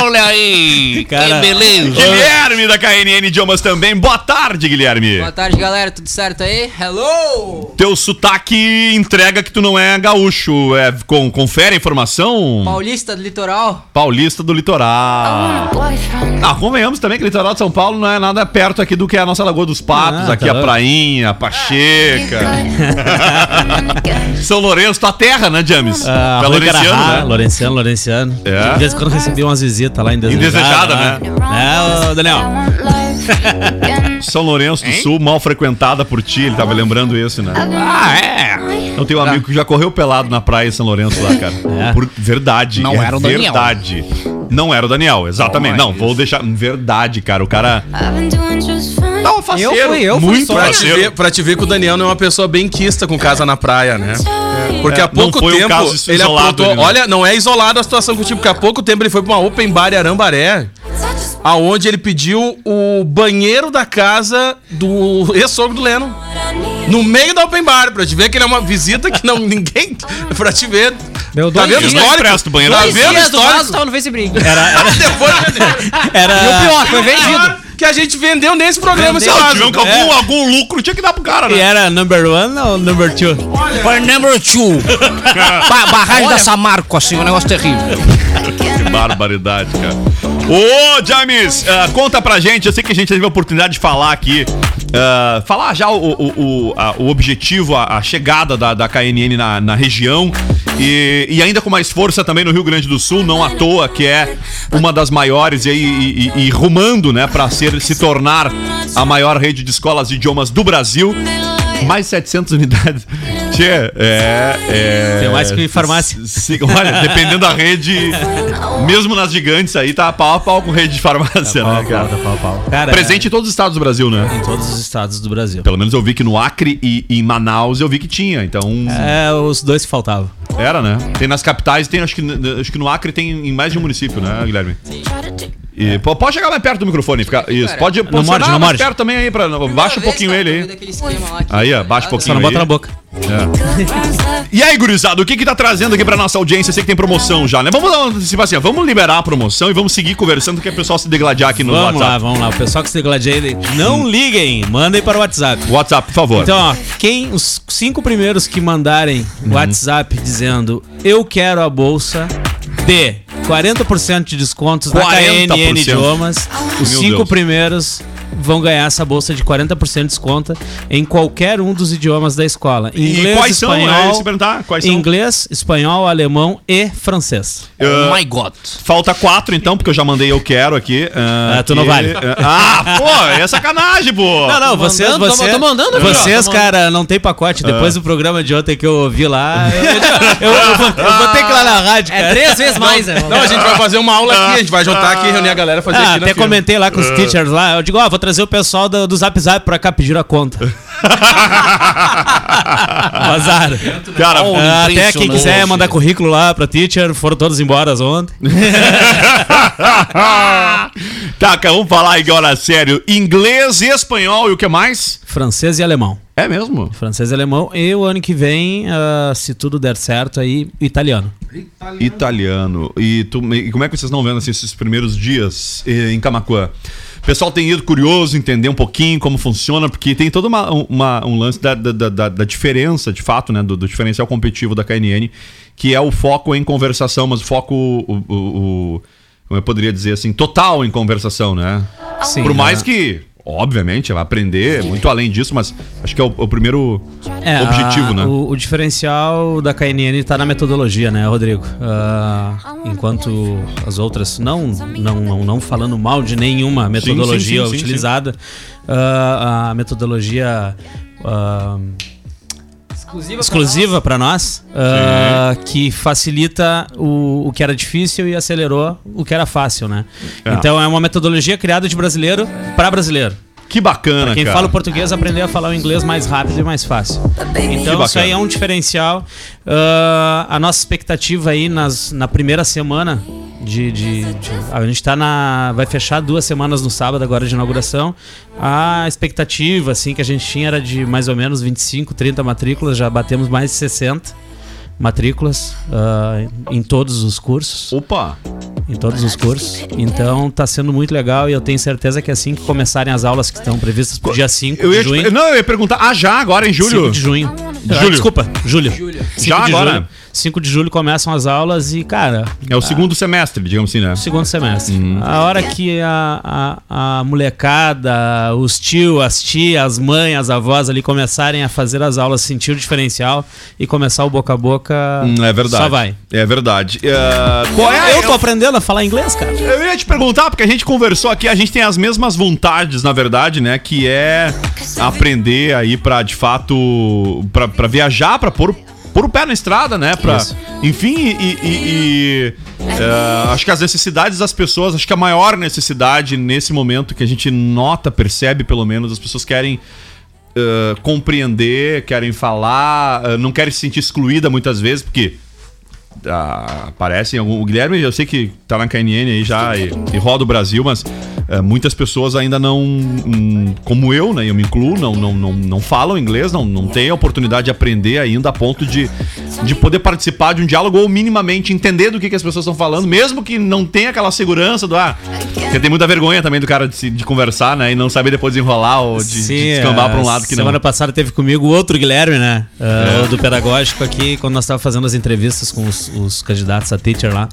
S11: Olha aí,
S1: Cara,
S11: que beleza.
S1: Guilherme da KNN Idiomas também. Boa tarde, Guilherme!
S12: Boa tarde, galera. Tudo certo aí? Hello!
S1: Teu sotaque entrega que tu não é gaúcho. É, com, confere a informação.
S12: Paulista do litoral.
S1: Paulista do litoral. Ah, convenhamos também que o litoral de São Paulo não é nada perto aqui do que é a nossa Lagoa dos Patos,
S3: Ah,
S1: aqui
S3: tá
S1: a
S3: louco.
S1: Prainha, a *laughs*
S2: é
S1: Pacheca. São Lourenço, tua terra, né, James?
S3: Ah,
S1: Tu é
S3: Rui
S1: Lourenciano,
S3: Carahá,
S1: né?
S3: Lourenciano, Lourenciano.
S1: É?
S3: De vez em quando recebi umas visitas lá em Desejada.
S1: Indesejada, né?
S3: É, ô, Daniel.
S1: São Lourenço do Sul, mal frequentada por ti, ele tava lembrando isso, né? Ah, é! Eu tenho
S13: Tá.
S1: um amigo que já correu pelado na praia de São Lourenço lá, cara. Por verdade.
S13: É. Não
S1: é
S13: era o Daniel.
S1: verdade. Não era o Daniel, exatamente. Não, vou deixar. Verdade, cara. O cara.
S3: Ah,
S10: Não,
S1: faceiro. Eu fui, eu fui Muito só.
S5: pra te,
S1: parceiro.
S5: ver, pra te ver que o Daniel não é uma pessoa bem quista com casa na praia, né? Porque
S1: É,
S5: há pouco
S1: não foi um
S5: tempo
S1: caso isso
S5: ele
S1: isolado
S5: apontou.
S1: ali, né?
S5: Olha, não é isolado a situação contigo, porque há pouco tempo ele foi pra uma open bar em Arambaré, aonde ele pediu o banheiro da casa do ex-sogro do Leno. No meio da open bar, pra te ver que ele é uma visita que não *laughs* ninguém. Pra te ver. Meu tá
S3: dois
S5: vendo o
S3: dias.
S5: histórico?
S3: Empresta o banheiro
S5: tá
S3: da
S5: vendo o
S12: Dias do
S5: histórico? Ah, é.
S12: vaso tava no Facebook.
S3: *laughs* Era...
S5: E o pior,
S12: foi
S5: vendido. Que a gente vendeu nesse programa, É.
S3: Vendeu.
S5: sei lá.
S3: Tivemos algum-
S13: É.
S1: algum lucro tinha que dar pro cara, né?
S3: E era number one ou number two?
S13: Foi number two.
S3: *laughs*
S13: Ba- barragem da Samarco, assim, um negócio terrível.
S1: Que barbaridade, cara. Ô, James, ah, conta pra gente. Eu sei que a gente teve a oportunidade de falar aqui. ah, falar já o, o, o, a- o objetivo, a, a chegada da, da KNN na, na região. E, e ainda com mais força também no Rio Grande do Sul, não à toa, que é uma das maiores e, e, e- e rumando, né, pra ser, se tornar a maior rede de escolas de idiomas do Brasil. Mais 700 unidades. Tchê, é, é.
S3: Tem mais que farmácia.
S1: Se- olha, dependendo da rede, mesmo nas gigantes aí, tá pau a pau com rede de farmácia,
S3: É
S1: né, cara?
S3: Cara,
S1: Presente em todos os estados do Brasil, né?
S3: Em todos os estados do Brasil.
S1: Pelo menos eu vi que no Acre e e em Manaus eu vi que tinha, então...
S3: É, os dois que faltavam.
S1: Era, né? Tem nas capitais, tem acho que, n- acho que no Acre tem em mais de um município, né, Guilherme? E, pô, pode chegar mais perto do microfone, fica, isso.
S3: Cara,
S1: Pode
S3: não
S1: posicionar
S3: morde, não
S1: mais
S3: morde.
S1: perto também aí, pra, baixa um pouquinho ele aí. Aí, ó, baixa um pouquinho
S3: Só não bota
S1: aí.
S3: na boca.
S1: É. E aí, gurizada, o que que tá trazendo aqui pra nossa audiência? Eu sei que tem promoção já, né? Vamos dar uma antecipação, vamos liberar a promoção e vamos seguir conversando que é o pessoal se degladiar aqui no
S3: Vamos lá,
S1: WhatsApp.
S3: vamos lá. O pessoal que se gladia aí, não liguem, mandem para o WhatsApp.
S1: WhatsApp, por favor.
S3: Então, ó, quem os cinco primeiros que mandarem WhatsApp dizendo eu quero a bolsa de 40% de descontos da
S1: 40%.
S3: KNN Idiomas,
S1: Meu
S3: os cinco
S1: Deus.
S3: primeiros vão ganhar essa bolsa de 40% de desconto em qualquer um dos idiomas da escola.
S1: E
S3: Inglês,
S1: quais são? É
S3: espanhol,
S1: isso que eu ia perguntar, quais são?
S3: inglês, espanhol, alemão e francês.
S1: Ah, Falta quatro, então, porque eu já mandei eu quero aqui. Ah,
S3: Ah, tu não
S1: que-
S3: vale.
S1: *laughs* Ah, pô, é sacanagem, pô. *laughs*
S3: Não, não, vocês, vocês, vocês, cara, não tem pacote. Depois
S1: É.
S3: do programa de ontem que eu ouvi lá, eu, eu- eu vou, eu vou ter que ir lá na rádio, cara.
S5: né? Não, a gente vai fazer uma aula aqui, a gente vai juntar aqui, reunir a galera, fazer
S3: Ah,
S5: aqui na
S3: até
S5: firma.
S3: comentei lá com os
S5: Ah.
S3: teachers lá. Eu digo, ó, vou trazer o pessoal do, do Zap Zap pra cá pedir a conta. Vazaram.
S1: Cara, *laughs*
S3: Ah, até quem quiser mandar currículo lá pra teacher, foram todos embora ontem.
S1: então, tá, cara, vamos falar agora sério. Inglês, espanhol e o que mais?
S3: Francês e alemão.
S1: É mesmo?
S3: Francês e alemão. E o ano que vem, ah, se tudo der certo, aí, italiano.
S1: Italiano. E, tu- e como é que vocês estão vendo assim, esses primeiros dias eh, em Camacuã? O pessoal tem ido curioso, entender um pouquinho como funciona, porque tem todo uma, uma- um lance da, da- da- da- da diferença, de fato, né? Do, do diferencial competitivo da KNN, que é o foco em conversação, mas o foco. o- o- o- como eu poderia dizer assim, total em conversação, né?
S3: Sim,
S1: Por mais
S3: né?
S1: que, obviamente, vai aprender muito além disso, mas acho que é o, o primeiro
S3: É,
S1: objetivo,
S3: a-
S1: né?
S3: O, o diferencial da KNN está na metodologia, né, Rodrigo? Ah, enquanto as outras, não, não, não, não falando mal de nenhuma
S1: sim,
S3: metodologia
S1: sim, sim.
S3: utilizada, ah, a metodologia ah,
S14: Exclusiva.
S3: exclusiva para nós, ah, que facilita o, o que era difícil e acelerou o que era fácil, né?
S1: É.
S3: Então é uma metodologia criada de brasileiro para brasileiro.
S1: Que bacana,
S3: Pra quem
S1: cara.
S3: fala o português, aprender a falar o inglês mais rápido e mais fácil. Então isso
S1: bacana.
S3: aí é um diferencial. Ah, a nossa expectativa aí nas, na primeira semana de, de- de- A gente tá na. Vai fechar duas semanas no sábado agora de inauguração. A expectativa, assim, que a gente tinha era de mais ou menos 25, 30 matrículas, já batemos mais de 60 matrículas ah, em todos os cursos.
S1: Opa!
S3: Em todos os cursos. Então tá sendo muito legal e eu tenho certeza que assim que começarem as aulas que estão previstas pro dia 5
S1: Eu ia
S3: de
S1: te-
S3: junho.
S1: não, eu ia perguntar, ah, já, agora em julho?
S3: 5 de junho.
S1: De
S3: Ah,
S1: julho.
S3: Desculpa, julho. Cinco
S1: Já
S3: de
S1: agora?
S3: Julho. 5 de julho começam as aulas e, cara.
S1: É o
S3: ah,
S1: segundo semestre, digamos assim, né?
S3: Segundo semestre. A hora que a, a, a molecada, os tio, as tias, as mães, as avós ali começarem a fazer as aulas, sentir o diferencial e começar o boca a boca.
S1: Hum, É verdade.
S3: Só vai.
S1: É verdade. É, qual é?
S3: Eu tô aprendendo a falar inglês, cara.
S1: Eu ia te perguntar, porque a gente conversou aqui, a gente tem as mesmas vontades, na verdade, né? Que é aprender aí pra, de fato, pra, pra viajar, pra pôr, o- pôr o pé na estrada, né? Pra,
S3: Isso.
S1: enfim, e... e- e, é, acho que as necessidades das pessoas, acho que a maior necessidade nesse momento que a gente nota, percebe pelo menos, as pessoas querem eh, compreender, querem falar, eh, não querem se sentir excluída muitas vezes, porque ah, aparecem algum. O Guilherme, eu sei que tá na KNN aí já e, e roda o Brasil, mas eh, muitas pessoas ainda não. hum, como eu, né? Eu me incluo, não, não, não, não falam inglês, não, não têm a oportunidade de aprender ainda a ponto de, de poder participar de um diálogo ou minimamente entender do que, que as pessoas estão falando, mesmo que não tenha aquela segurança do. Ah, porque tem muita vergonha também do cara de, se- de conversar, né? E não saber depois desenrolar ou de, de descambar pra um lado que não. É.
S3: é, Semana passada teve comigo outro Guilherme, né? Ah, o Do pedagógico aqui, quando nós estávamos fazendo as entrevistas com os, os candidatos a teacher lá.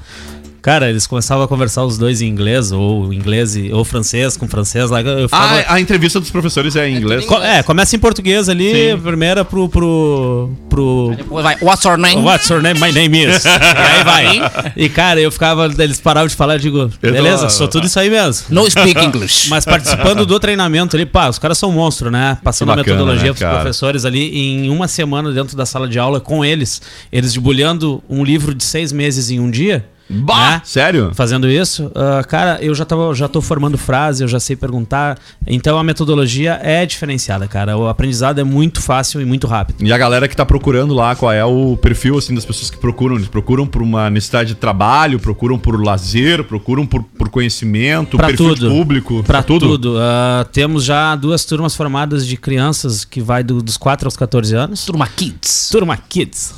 S3: Cara, eles começavam a conversar os dois em inglês, ou inglês e- ou francês com francês lá. Eu ficava-
S1: Ah, a entrevista dos professores é em inglês.
S3: Co- é, começa em português ali, primeira pro. pro. pro.
S15: Vai, what's your name?
S3: What's your name? My
S1: *laughs*
S3: name is. e aí vai. E cara, eu ficava. Eles paravam de falar, eu digo,
S15: Eu tô-
S3: beleza, sou tudo isso aí mesmo.
S15: No
S3: *laughs*
S15: speak English.
S3: Mas participando do treinamento ali, pá, os caras são monstro, né? Passando
S1: Que bacana,
S3: a metodologia
S1: né,
S3: pros
S1: cara?
S3: professores ali em uma semana dentro da sala de aula com eles, eles debulhando um livro de seis meses em um dia. né?
S1: Bah!
S3: É?
S1: Sério?
S3: Fazendo isso, ah, cara, eu já, tava, já tô formando frase, eu já sei perguntar. Então a metodologia é diferenciada, cara. O aprendizado é muito fácil e muito rápido.
S1: E a galera que tá procurando lá, qual é o perfil assim das pessoas que procuram? Eles procuram por uma necessidade de trabalho, procuram por lazer, procuram por, por conhecimento,
S3: Pra
S1: perfil de
S3: tudo.
S1: público,
S3: Pra tudo. Ah, temos já duas turmas formadas de crianças que vai do- dos 4 aos 14 anos.
S15: Turma Kids.
S3: Turma Kids.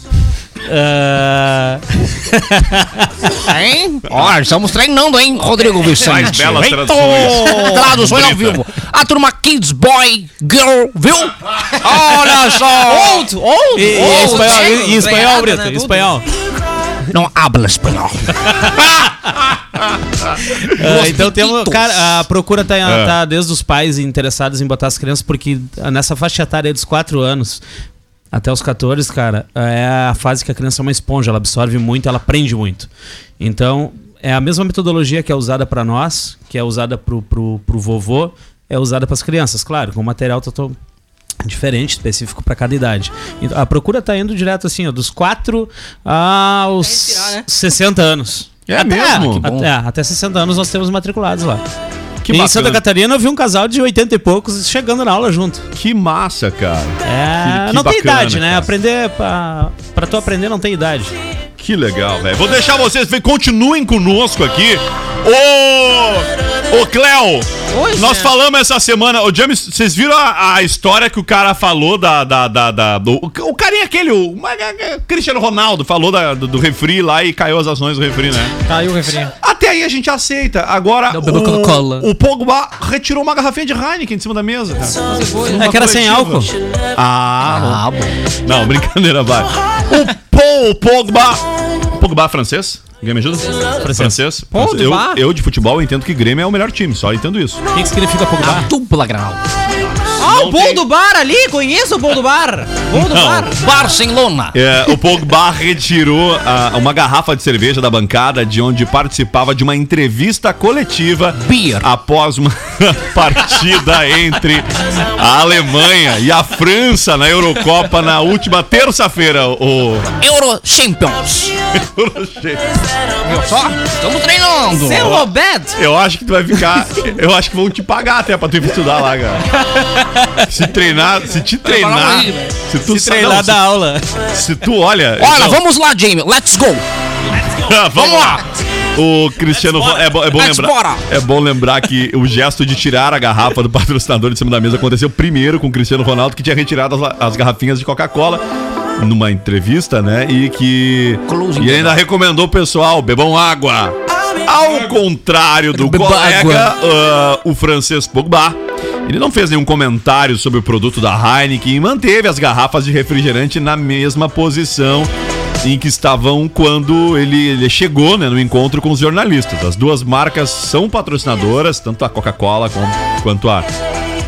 S3: Ah,
S15: Hein? Ó, estamos treinando, hein,
S3: É,
S15: Rodrigo Vicente?
S1: Mais belas
S15: Eita!
S1: traduções.
S15: Traduções ao
S1: Bonita.
S15: vivo. A turma Kids, Boy, Girl, viu? Olha só!
S3: Old, old, e, e em espanhol, e- e em espanhol, Brito,
S15: né,
S3: em espanhol.
S15: Não habla espanhol.
S3: Ah, então temos, cara, a procura tá,
S1: É.
S3: tá desde os pais interessados em botar as crianças, porque nessa faixa etária dos 4 anos até os 14, cara, é a fase que a criança é uma esponja, ela absorve muito, ela aprende muito. Então, é a mesma metodologia que é usada para nós, que é usada pro, pro, pro vovô, é usada para as crianças, claro, com material total diferente, específico para cada idade. Então, A procura tá indo direto assim, ó, dos 4 aos 60 anos.
S1: É
S3: até,
S1: mesmo?
S3: Até, até 60 anos nós temos matriculados lá.
S1: Que
S3: em
S1: bacana.
S3: Santa Catarina eu vi um casal de 80 e poucos chegando na aula junto.
S1: Que massa, cara.
S3: É,
S1: Que- que
S3: não tem
S1: bacana,
S3: idade, né?
S1: cara.
S3: Aprender pra, pra tu aprender não tem idade.
S1: Que legal, velho. Vou deixar vocês, ver- continuem conosco aqui. Ô, ô Cléo, nós falamos essa semana, ô James, vocês viram a, a história que o cara falou da, da, da, da- do, o carinha aquele, o, o Cristiano Ronaldo falou da- do, do refri lá e caiu as ações do refri, né?
S3: Caiu Tá o refri.
S1: Até aí a gente aceita. Agora
S16: bebeu
S1: o-
S16: Coca-Cola.
S1: o Pogba retirou uma garrafinha de Heineken de cima da mesa, cara.
S16: É que era sem álcool.
S1: Ah, bom. Não, *laughs* brincadeira, vai. O Paul Pogba. Pogba é francês? Alguém me ajuda? Francês.
S16: Pogba.
S1: Eu, eu, de futebol, entendo que Grêmio é o melhor time, só entendo isso. O
S16: que, significa Pogba? A
S1: dupla granal.
S3: Ah, o bom do bar ali, conheço o bom do bar. Bom do
S1: Não.
S3: bar.
S15: Barcelona.
S1: É, o Pogba retirou ah, uma garrafa de cerveja da bancada de onde participava de uma entrevista coletiva após uma *laughs* partida entre a Alemanha e a França na Eurocopa na última terça-feira. O
S15: Euro Champions.
S1: Euro Champions.
S15: Viu só? Estamos treinando.
S3: é
S1: Eu acho que tu vai ficar. Eu acho que vão te pagar até pra tu ir estudar lá, cara. Se treinar, se te treinar. Se tu
S16: Se treinar
S1: da
S16: da aula.
S1: Se tu olha.
S15: Olha,
S1: não.
S15: vamos lá, Jamie. Let's go.
S1: *laughs* vamos lá. O Cristiano Ro- é, bom- é bom
S15: Let's bora.
S1: lembrar. É bom lembrar que o gesto de tirar a garrafa do patrocinador de cima da mesa aconteceu primeiro com o Cristiano Ronaldo, que tinha retirado as, as garrafinhas de Coca-Cola numa entrevista, né? E que e ele ainda recomendou o pessoal bebam água. Ao contrário do
S15: Beba
S1: colega,
S15: água.
S1: ah, o francês Pogba, ele não fez nenhum comentário sobre o produto da Heineken e manteve as garrafas de refrigerante na mesma posição em que estavam quando ele, ele chegou né, no encontro com os jornalistas. As duas marcas são patrocinadoras, tanto a Coca-Cola com- quanto a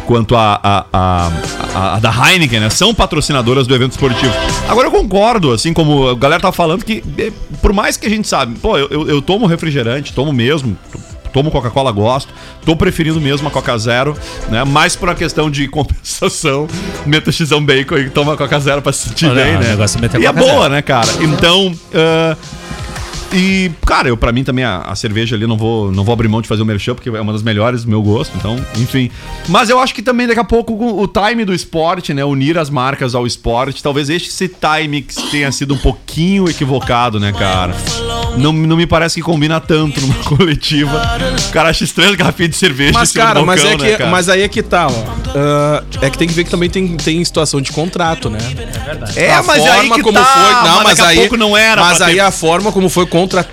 S1: quanto a, a, a- a- a da Heineken, né? São patrocinadoras do evento esportivo. Agora eu concordo, assim como a galera tá falando, que eh, por mais que a gente sabe, pô, eu, eu- eu tomo refrigerante, tomo mesmo. to- Tomo Coca-Cola, gosto. Tô preferindo mesmo a Coca Zero, né? Mais por uma questão de *laughs* compensação. Meta Xão um Bacon e toma Coca Zero pra se sentir
S16: Olha,
S1: bem,
S16: o
S1: né?
S16: negócio é meter
S1: e é
S16: Coca
S1: boa,
S16: Zero.
S1: né, cara? Então, ah, e, cara, eu para mim também a, a cerveja ali não vou, não vou abrir mão de fazer o merchan, porque é uma das melhores do meu gosto, então, enfim. Mas eu acho que também daqui a pouco o, o time do esporte, né? Unir as marcas ao esporte, talvez esse time que tenha sido um pouquinho equivocado, né, cara? Não, não me parece que combina tanto numa *laughs* coletiva. O cara acha estranho garrafinha de cerveja em
S5: Mas,
S1: cima do
S5: cara, mas,
S1: balcão,
S5: é que,
S1: né, cara?
S5: mas aí é que tá, ó. Ah, é que tem que ver que também tem, tem situação de contrato, né? É verdade. É,
S1: É,
S5: mas
S1: mas
S5: forma
S1: aí que
S5: como
S1: tá,
S5: foi. Não,
S1: mas
S5: mas
S1: daqui a
S5: aí.
S1: pouco não era
S5: mas
S1: pra
S5: aí
S1: ter.
S5: a forma como foi contra,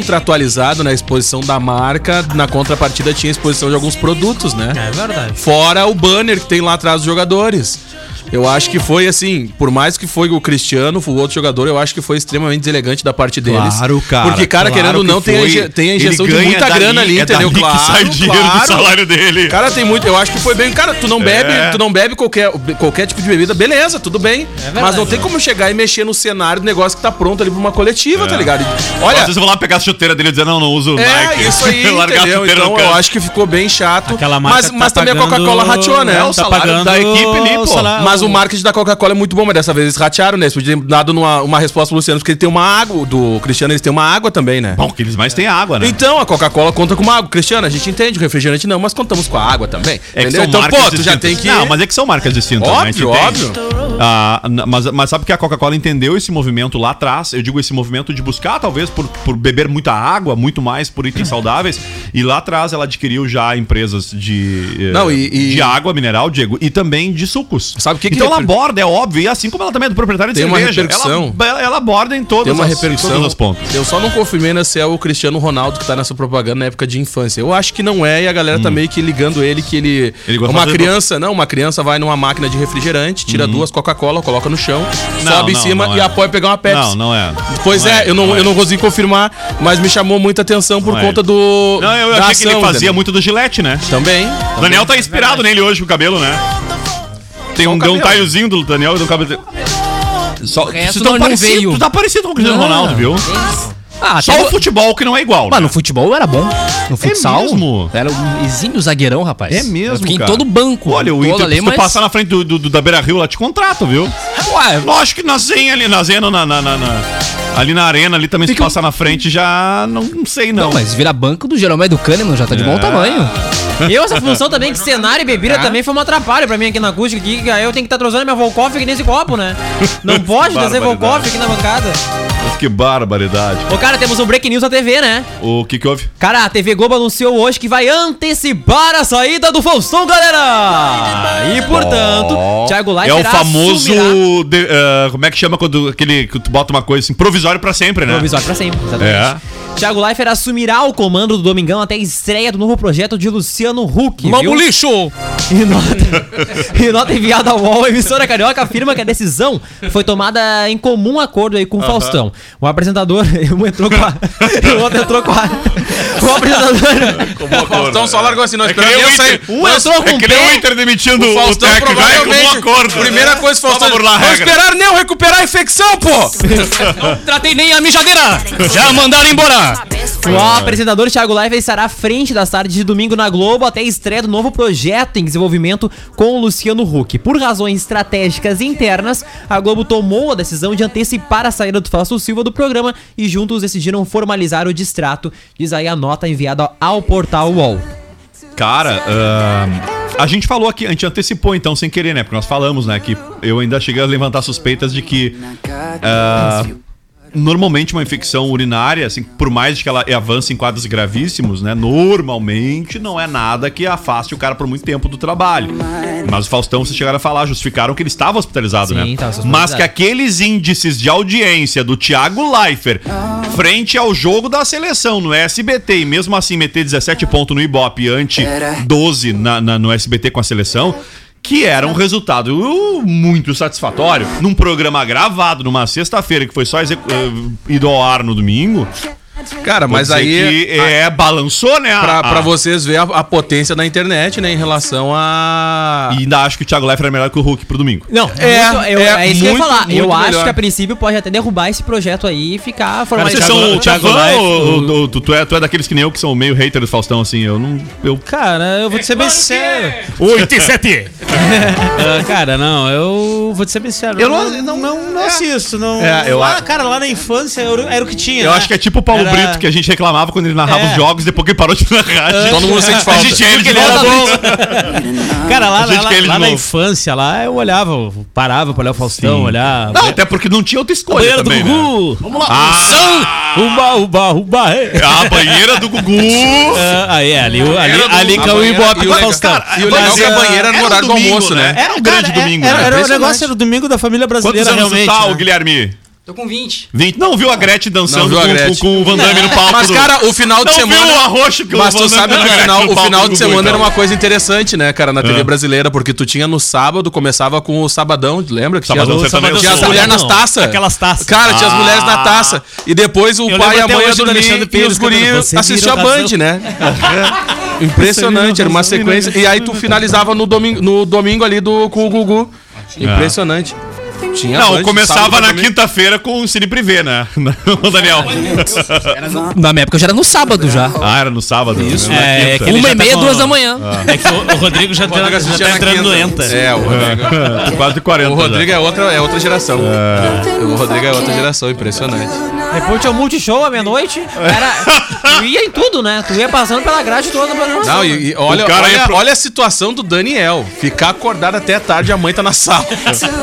S5: contratualizado na exposição da marca, na contrapartida tinha exposição de alguns produtos, né? É
S16: verdade.
S5: Fora o banner que tem lá atrás dos jogadores. Eu acho que foi assim, por mais que foi o Cristiano, o outro jogador, eu acho que foi extremamente deselegante da parte deles.
S1: Claro, cara,
S5: Porque, cara,
S1: claro
S5: querendo ou
S1: que
S5: não, tem a,
S1: foi.
S5: inje- tem a
S1: Ele
S5: injeção de
S1: ganha
S5: muita
S1: dali,
S5: grana ali,
S1: é
S5: entendeu?
S1: dali que
S5: Claro,
S1: sai o dinheiro do salário dele.
S5: Cara, tem muito. Eu acho que foi bem. Cara, tu não bebe,
S1: É.
S5: tu não bebe qualquer, qualquer tipo de bebida, beleza, tudo bem.
S1: verdade.
S5: mas não tem como chegar e mexer no cenário do negócio que tá pronto ali pra uma coletiva,
S1: É.
S5: tá ligado?
S1: Às
S5: Olha.
S1: vezes eu vou lá pegar a chuteira dele e dizer, não, não uso
S5: É, isso
S1: *laughs*
S5: aí,
S1: Largar a
S5: entendeu?
S1: chuteira no
S5: Então eu
S1: canto.
S5: acho que ficou bem chato.
S16: Aquela marca
S5: mas
S16: tá
S5: mas também a
S16: pagando-
S5: Coca-Cola rateou, né?
S16: É,
S5: o
S16: tá
S5: salário
S16: pagando
S5: da equipe ali,
S16: o
S5: pô.
S16: salário.
S5: Mas o marketing da Coca-Cola é muito bom, mas dessa vez eles ratearam, né? Eles podiam ter dado uma, uma resposta pro Luciano, porque ele tem uma água, do Cristiano eles têm uma água também, né?
S1: Bom, que eles mais têm água, né?
S5: Então, a Coca-Cola conta com uma água. Cristiano, a gente entende, o refrigerante não, mas contamos com a água também.
S1: É que
S5: entendeu?
S1: são
S5: Então,
S1: marcas
S5: pô, tu já
S1: distintas.
S5: tem que.
S1: Não, mas é que são marcas distintas. né? A gente
S5: Óbvio,
S1: entende.
S5: óbvio.
S1: Ah, n- mas, mas sabe que a Coca-Cola entendeu esse movimento lá atrás. Eu digo esse movimento de buscar, talvez, por, por beber muita água, muito mais por
S5: *laughs*
S1: itens saudáveis. E lá atrás ela adquiriu já empresas de, eh,
S5: Não, e- e-
S1: de água mineral, Diego, e também de sucos.
S5: Sabe o que que
S1: Então ela
S5: reper-
S1: aborda, é óbvio. E assim como ela também é do proprietário de
S5: Tem uma
S1: cerveja.
S5: repercussão.
S1: Ela, ela- ela aborda em todas,
S5: Tem uma
S1: as,
S5: repercussão.
S1: em todas as pontas.
S5: Eu só não confirmei né, se é o Cristiano Ronaldo que tá nessa propaganda na época de infância. Eu acho que não é e a galera tá meio que ligando ele que ele.
S1: Hum. Ele gosta de
S5: uma
S1: fazer- Uhum.
S5: criança, não, uma criança vai numa máquina de refrigerante, tira duas Coca-Cola, coloca no chão,
S1: Não,
S5: sobe em
S1: não,
S5: cima
S1: não
S5: e
S1: é.
S5: apoia pegar uma Pepsi.
S1: Não, não é.
S5: Pois é, eu, não, eu não consegui confirmar, mas me chamou muita atenção por
S1: Não é
S5: conta
S1: ele.
S5: do.
S1: Não, eu
S5: da
S1: achei que ele
S5: ação,
S1: fazia
S5: entendeu?
S1: muito do Gillette, né?
S5: Também.
S1: O Daniel tá inspirado nele hoje com o cabelo, né? Tem
S5: É Só
S1: um,
S5: o
S1: deu um
S5: cabelo.
S1: talhozinho do Daniel e do cabelo. Só,
S15: resto
S1: vocês
S15: não-
S1: tão
S15: não
S1: parecido,
S15: veio.
S1: tu tá parecido com o Cristiano
S15: Não.
S1: Ronaldo, viu?
S15: Ah,
S1: Só
S15: tem
S1: o futebol que não é igual.
S15: Mas
S1: né?
S15: no futebol era bom.
S3: É
S15: No futsal.
S1: mesmo?
S15: Era um exímio zagueirão, rapaz.
S1: É mesmo,
S15: Eu fiquei
S1: cara.
S15: em todo banco.
S1: Olha, o
S15: todo
S1: Inter,
S15: ali,
S1: se tu
S15: mas-
S1: passar na frente do, do- do- da Beira Rio, lá te contrata, viu? Ué, lógico que na zenha ali, na zenha, não, na, na, na, na, Ali na arena, ali também se passa na frente, já não, não sei não.
S15: Não, mas virar banco do Jeromel e do Kahneman já tá de bom
S1: É.
S15: tamanho.
S3: Eu, essa função também, que cenário e bebida também foi um atrapalho pra mim aqui na acústica. Que aí eu tenho que estar trozando minha Volkoff aqui nesse
S1: *laughs*
S3: copo, né? Não pode trazer
S1: Barbaridade.
S3: Volkoff aqui na bancada.
S1: Mas que barbaridade.
S3: Ô, cara, temos um break news na TV, né?
S1: O que que houve?
S3: Cara, a TV Globo anunciou hoje que vai antecipar a saída do Faustão, galera! E, portanto, Thiago Leifert
S1: É o famoso.
S3: assumirá-
S1: de- eh, como é que chama quando aquele que tu bota uma coisa assim? Provisório pra sempre, né?
S3: Provisório pra sempre, exatamente.
S1: É.
S3: Thiago Leifert assumirá o comando do Domingão até a estreia do novo projeto de Luciano Huck.
S15: Vamos,
S3: viu?
S15: lixo!
S3: E nota, *laughs* e nota enviada ao UOL, a emissora carioca afirma que a decisão foi tomada em comum acordo aí com o
S15: Aham.
S3: Faustão. O apresentador, *laughs* um entrou com a... o outro entrou com a... O
S5: *laughs*
S3: apresentador...
S5: O Faustão só largou assim, nós
S1: É que nem
S5: esperamos
S1: o
S5: eu sair.
S1: Inter. Um entrou com o pé. O Faustão provavelmente-
S3: um
S5: Primeira coisa, Faustão. Não esperaram nem eu recuperar a infecção,
S3: *laughs*
S5: pô!
S15: Não tratei nem a mijadeira! Já mandaram embora!
S3: O apresentador Thiago Leifert estará à frente das tardes de domingo na Globo até a estreia do novo projeto em desenvolvimento com o Luciano Huck. Por razões estratégicas internas, a Globo tomou a decisão de antecipar a saída do Fausto Silva do programa e juntos decidiram formalizar o distrato, diz aí a nota enviada ao portal UOL.
S1: Cara, ahn, a gente falou aqui, a gente antecipou então sem querer, né? Porque nós falamos, né? Que eu ainda cheguei a levantar suspeitas de que. ah, normalmente uma infecção urinária, assim, por mais que ela avance em quadros gravíssimos, né? Normalmente não é nada que afaste o cara por muito tempo do trabalho. Mas o Faustão, vocês chegaram a falar, justificaram que ele estava hospitalizado, né?
S3: estava hospitalizado.
S1: Mas que aqueles índices de audiência do Thiago Leifert frente ao jogo da seleção no SBT e mesmo assim meter 17 pontos no Ibope ante 12 na- na- no SBT com a seleção, que era um resultado uh, muito satisfatório. Num programa gravado numa sexta-feira que foi só execu- eh, ido ao ar no domingo.
S5: Cara, mas
S1: Pode ser
S5: aí.
S1: que, é, balançou, né? a-
S5: Pra, pra
S1: a-
S5: vocês verem a, a potência da internet, né? Em relação a.
S1: E ainda acho que o Thiago Leifert era melhor que o Hulk pro domingo.
S3: Não,
S5: É,
S3: muito- eu-
S5: é
S3: é isso que eu ia
S5: muito,
S3: falar.
S5: muito
S3: eu acho
S5: melhor.
S3: que a princípio pode até derrubar esse projeto aí e ficar
S1: Cara, vocês
S3: formalizado.
S1: são
S3: Não,
S1: o Thiago
S3: não,
S1: Leifert. ou- ou- tu, tu é, tu é daqueles que nem eu que são meio hater do Faustão, assim. Eu não. Eu...
S16: Cara, eu vou te ser bem sério.
S1: 87!
S16: Ah, cara, não, eu vou te ser bem sério.
S17: Eu não, não, não, não assisto. Não,
S1: É, eu
S17: ah,
S1: a-
S17: cara, lá na infância era, era o que tinha.
S1: Eu
S17: né?
S1: acho que é tipo o Paulo
S17: Era-
S1: Brito que a gente reclamava quando ele narrava
S5: É.
S1: os jogos, depois que ele parou de narrar. a gente-
S5: Todo mundo sente falta.
S1: A gente viu que ele era bom.
S3: *laughs*
S16: Cara, lá,
S1: A gente é
S16: lá,
S1: quer ele
S16: lá
S1: de
S16: na
S1: novo.
S16: infância, lá eu olhava, eu parava pra olhar o Faustão, olhar.
S1: Não, até porque não tinha outra
S16: Banheiro
S1: escolha também,
S16: do
S1: né?
S16: Gugu.
S3: "Uh,
S1: Vamos lá.
S16: Ah. São Uba, uba, uba.
S3: *laughs*
S16: é.
S1: A banheira do Gugu.
S16: Ah, aí, é, ali, ali, ali,
S1: Banheira do-
S16: ali
S1: a
S16: caiu o
S1: banheira-
S16: Ibope
S1: e o
S16: do
S1: legal-
S16: Faustão.
S1: cara, e o legal que a
S16: ah,
S1: banheira era no
S16: um
S1: horário do
S16: domingo,
S1: almoço, né?
S16: Era um grande
S3: é,
S16: domingo,
S17: Era,
S16: né?
S17: era o
S16: Impressionante.
S17: negócio era o domingo da família brasileira,
S1: Quantos anos tu
S17: realmente.
S1: tá,
S17: né?
S1: ô, Guilherme?
S18: Tô com 20.
S1: Vinte? Não viu a Gretchen
S5: Não
S1: dançando
S5: viu a
S1: com,
S5: Gretchen.
S1: com- com o Van Damme no palco?
S5: Mas,
S1: do-
S5: cara, o final de
S1: Não
S5: semana.
S1: Viu o arroxo que o
S5: mas
S1: Van
S5: tu
S1: Damme
S5: sabe
S1: deu na
S5: que o
S1: Gretchen
S5: final,
S1: no
S5: o
S1: palco
S5: final
S1: do É.
S5: de
S1: Gugu,
S5: semana era
S1: então.
S5: uma coisa interessante, né, cara, na TV brasileira, porque tu tinha no sábado, começava com o Sabadão, lembra? Que
S1: Sabadão
S5: tinha,
S1: Sertanejo
S5: tinha as
S1: Sul.
S5: mulheres nas
S1: Não,
S5: taças.
S16: aquelas taças.
S5: Cara, tinha as
S1: Ah.
S5: mulheres na taça. E depois o
S16: Eu
S5: pai e
S16: lembro
S5: a
S16: até
S5: mãe
S16: hoje
S5: iam
S16: do Alexandre
S5: dormir e
S16: Pires
S5: os
S16: cantando,
S5: guris
S16: "Vocês
S5: assistiam a
S16: viram razão".
S5: Band, né? Impressionante, era uma sequência.
S16: né?
S5: E aí tu finalizava no domingo, no domingo ali do, com o Gugu. Impressionante. Tinha
S1: Não,
S5: Band,
S1: começava
S5: sábado
S1: na
S5: também.
S1: quinta-feira com o Cine Privé, né? *laughs* Não, Daniel.
S15: Na minha época já era no sábado já.
S1: Ah, era no sábado. Isso,
S16: É, é que ele
S15: Uma
S16: já
S15: e meia,
S16: tá com-
S15: duas da manhã.
S16: É que o, o Rodrigo já, tá, já tá entrando doenta.
S5: É,
S1: *laughs*
S5: o Rodrigo.
S1: 4 40
S5: O Rodrigo é outra, é outra geração. O Rodrigo é outra geração, impressionante.
S3: Depois tinha o multishow à meia-noite. Era... tu ia em tudo, né? Tu ia passando pela grade toda pra
S5: Não, e, e olha,
S1: O cara
S5: olha,
S1: ia pro-
S5: olha a situação do Daniel. Ficar acordado até tarde, a mãe tá na sala. *laughs*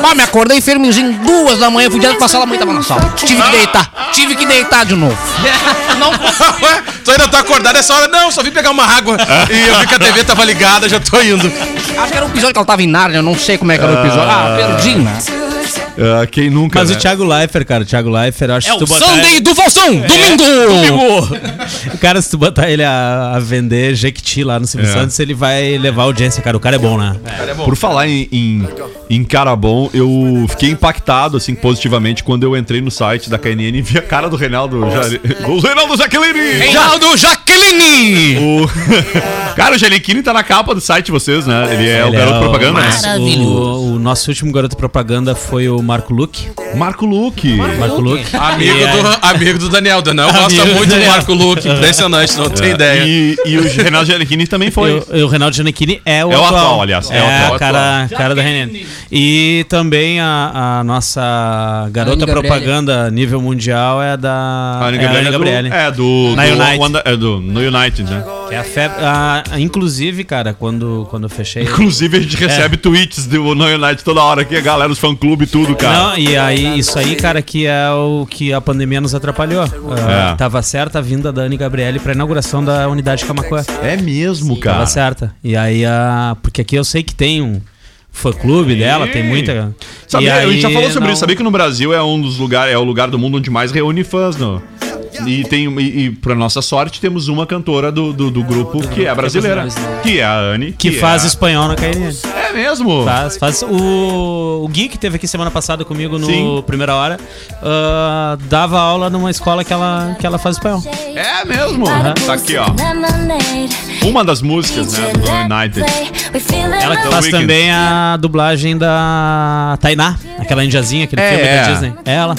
S15: Ah, me acordei enfermezinho, duas da manhã, fui direto pra sala, a mãe tava na sala. Tive que deitar, tive que deitar de novo.
S3: *laughs*
S5: Não, ué, tu ainda tá acordado essa hora? Não, só vim pegar uma água. E eu vi que a TV tava ligada, já tô indo.
S15: Acho que era um episódio que ela tava em Nárnia, eu não sei como é que era o episódio. Ah, perdi, né?
S1: Ah, quem nunca,
S16: Mas
S1: né?
S16: o Thiago Leifert, cara, o Thiago Leifert, eu acho
S15: É
S16: que
S15: o Sunday do Faustão, É. domingo!
S16: Domingo! cara, se tu botar ele a, a vender Jequiti lá no Silvio
S1: É.
S16: Santos, ele vai levar audiência, cara. O cara é bom, né?
S1: Por falar em, em, em cara bom, eu fiquei impactado, assim, positivamente, quando eu entrei no site da KNN e vi a cara do Reinaldo. *laughs* Jare- O Reinaldo Jaqueline!
S15: Reinaldo Jaqueline!
S1: O... *laughs* Cara, o Janequini tá na capa do site de vocês, né? Ele é o
S16: Ele
S1: garoto
S16: é
S1: propaganda. né?
S16: O, o nosso último garoto propaganda foi o
S3: Marco Luque.
S1: Marco Luque.
S3: Marco Luque.
S1: Ah,
S5: Amigo,
S3: E aí-
S5: do, amigo do Daniel. Daniel gosta
S3: Amigo do
S5: muito do
S3: Daniel.
S5: Marco Luque. Impressionante, não tem
S3: É.
S5: ideia.
S1: Ah, E, e o Reinaldo Giannichini também foi.
S3: E o, o Reinaldo Giannichini é o
S1: É o
S3: atual.
S1: atual, aliás, é
S3: É,
S1: o atual.
S3: a cara, cara da Renê. E também a, a nossa garota
S1: Anne Gabriele.
S3: propaganda nível mundial é da
S1: A Ana
S3: é a
S1: Gabriela
S3: Anne Gabriele.
S1: É, do.
S3: Na
S1: do
S3: United.
S1: Wanda- é do- no United, né?
S3: Que é a fe- a- a- inclusive, cara, quando, quando eu
S1: *laughs*
S3: fechei.
S1: Inclusive, a gente
S3: É.
S1: recebe tweets do No United toda hora aqui, a galera, os fã-clube e tudo, cara.
S3: Não, e aí, isso aí, cara, que é o que a pandemia nos atrapalhou. Ah,
S1: É.
S3: Tava certa a vinda da Anne Gabriele pra inauguração da unidade Camacuã.
S1: É mesmo, cara.
S3: Tava certa. E aí, a... porque aqui eu sei que tem um fã-clube dela, tem muita.
S1: Sabia,
S3: E
S1: a gente já
S3: aí,
S1: falou sobre
S3: não-
S1: isso. Sabia que no Brasil é um dos lugares, é o lugar do mundo onde mais reúne fãs, não? E tem um- e, e pra nossa sorte temos uma cantora do, do, do grupo que é brasileira, que é a Anne,
S3: Que faz Tá.
S1: é...
S3: espanhol na KNN.
S1: É mesmo?
S3: Faz, faz. O, o Gui, que teve aqui semana passada comigo no
S1: Sim.
S3: Primeira Hora, ah, dava aula numa escola que ela, que ela faz espanhol.
S1: É mesmo? Tá aqui, ó. Uma das músicas, né, do United.
S3: Ela que
S1: The
S3: faz
S1: Weeknd.
S3: também a dublagem da Tainá, aquela indiazinha, aquele
S1: É,
S3: filme da
S1: é.
S3: Disney. É ela.